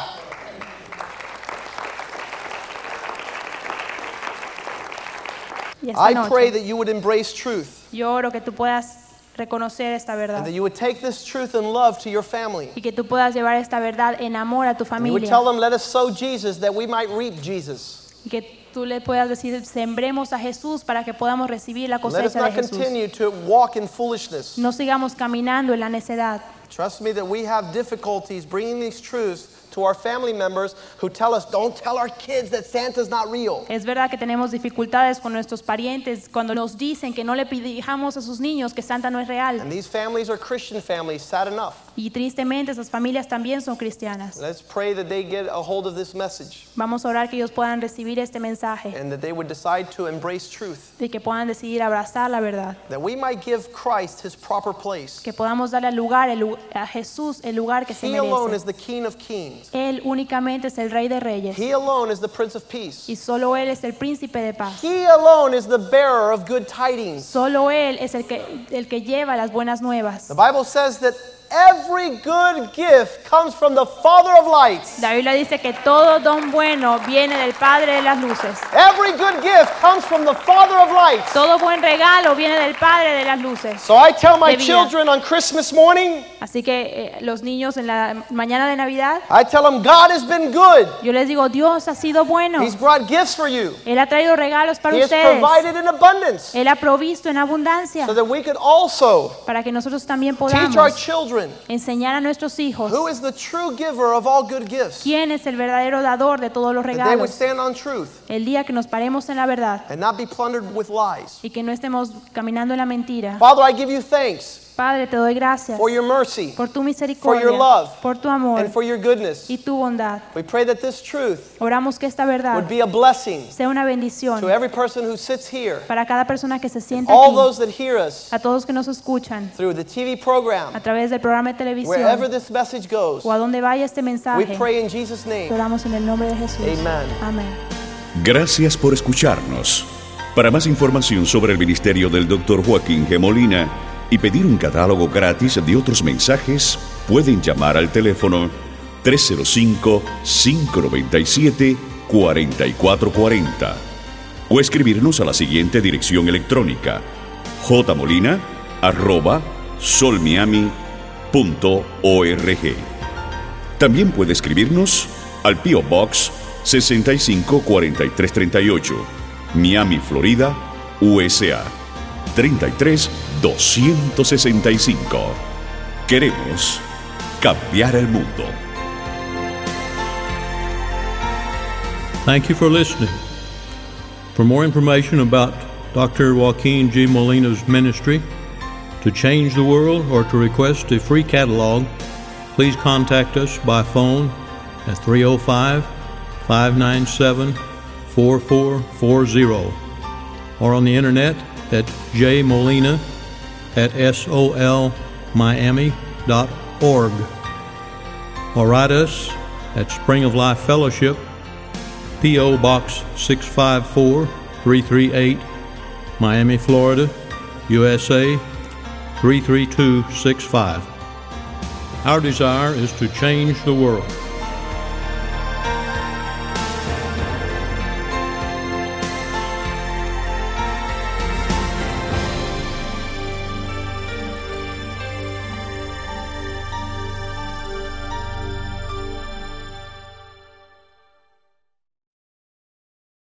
B: Y esta
C: I pray
B: noche,
C: that you would embrace truth.
B: yo oro que tú puedas reconocer esta verdad
C: And that you would take this truth and love to your family.
B: y que tú puedas llevar esta verdad en amor a tu
C: And you would
B: familia
C: tell them, let us sow Jesus that we might reap Jesus.
B: y que tú le puedas decir, sembremos a Jesús para que podamos recibir la
C: Let us
B: cosecha de
C: not
B: Jesús.
C: continue to walk in foolishness.
B: No sigamos caminando en la necedad.
C: Trust me that we have difficulties bringing these truths to our family members who tell us, don't tell our kids that Santa's not real.
B: Es verdad que tenemos dificultades con nuestros parientes cuando nos dicen que no le pidijamos a sus niños que Santa no es real.
C: And these families are Christian families, sad enough.
B: Y tristemente esas familias también son cristianas.
C: Let's pray that they get a hold of this message
B: Vamos a orar que ellos puedan recibir este mensaje
C: and that they would decide to embrace truth,
B: y que puedan decidir abrazar la verdad.
C: that we might give Christ his proper place.
B: Que podamos darle al lugar, el lu- a Jesús el lugar que se
C: He alone is
B: merece.
C: the King of Kings.
B: Él únicamente es el Rey de Reyes
C: He alone is the Prince of Peace.
B: y solo Él es el Príncipe de Paz.
C: He alone is the bearer of good tidings.
B: Solo Él es el que, el que lleva las buenas nuevas.
C: The Bible says that every good gift comes from the Father of lights.
B: La Biblia dice que todo don bueno viene del Padre de las luces.
C: Every good gift comes from the Father of lights.
B: Todo buen regalo viene del Padre de las luces.
C: So I tell my
B: De vida.
C: children on Christmas morning,
B: Así que eh, los niños en la mañana de Navidad,
C: I tell them God has been good.
B: yo les digo, Dios ha sido bueno.
C: He's brought gifts for you.
B: Él ha traído regalos para
C: He has
B: ustedes.
C: provided in abundance
B: Él ha provisto en abundancia
C: so that we could also
B: para que nosotros también
C: teach our
B: podamos
C: children
B: enseñar a nuestros hijos
C: who is the true giver of all good gifts.
B: quién es el verdadero dador de todos los
C: That they would
B: regalos.
C: stand on truth
B: El día que nos paremos en la verdad
C: and not be plundered with lies.
B: y que no estemos caminando en la mentira.
C: Father, I give you thanks
B: Padre, te doy gracias
C: for your mercy
B: por tu misericordia,
C: for your love,
B: por tu amor
C: and for your goodness.
B: y tu bondad.
C: We pray that this truth
B: Oramos que esta
C: would
B: verdad
C: be a blessing
B: sea una bendición
C: to every person who sits here,
B: para cada persona que se sienta
C: all
B: aquí,
C: those that hear us
B: a todos que nos escuchan
C: through the TV
B: a
C: program,
B: través del programa de televisión
C: wherever this message goes.
B: o a donde vaya este
C: We
B: mensaje.
C: pray in Jesus' name.
B: Te Oramos en el nombre de Jesús.
C: Amen.
B: Amén.
D: Gracias por escucharnos. Para más información sobre el ministerio del Dr. Joaquín G. Molina y pedir un catálogo gratis de otros mensajes, pueden llamar al teléfono 305-597-4440 o escribirnos a la siguiente dirección electrónica jmolina.solmiami.org. También puede escribirnos al P.O. Box 654338, Miami, Florida, USA 33265. Queremos cambiar el mundo.
E: Thank you for listening. For more information about Dr. Joaquin G. Molina's ministry, To change the world or to request a free catalog, please contact us by phone at 305 597 4440 or on the internet at jmolina at solmiami.org or write us at Spring of Life Fellowship, P.O. Box 654 338, Miami, Florida, USA 33265. Our desire is to change the world.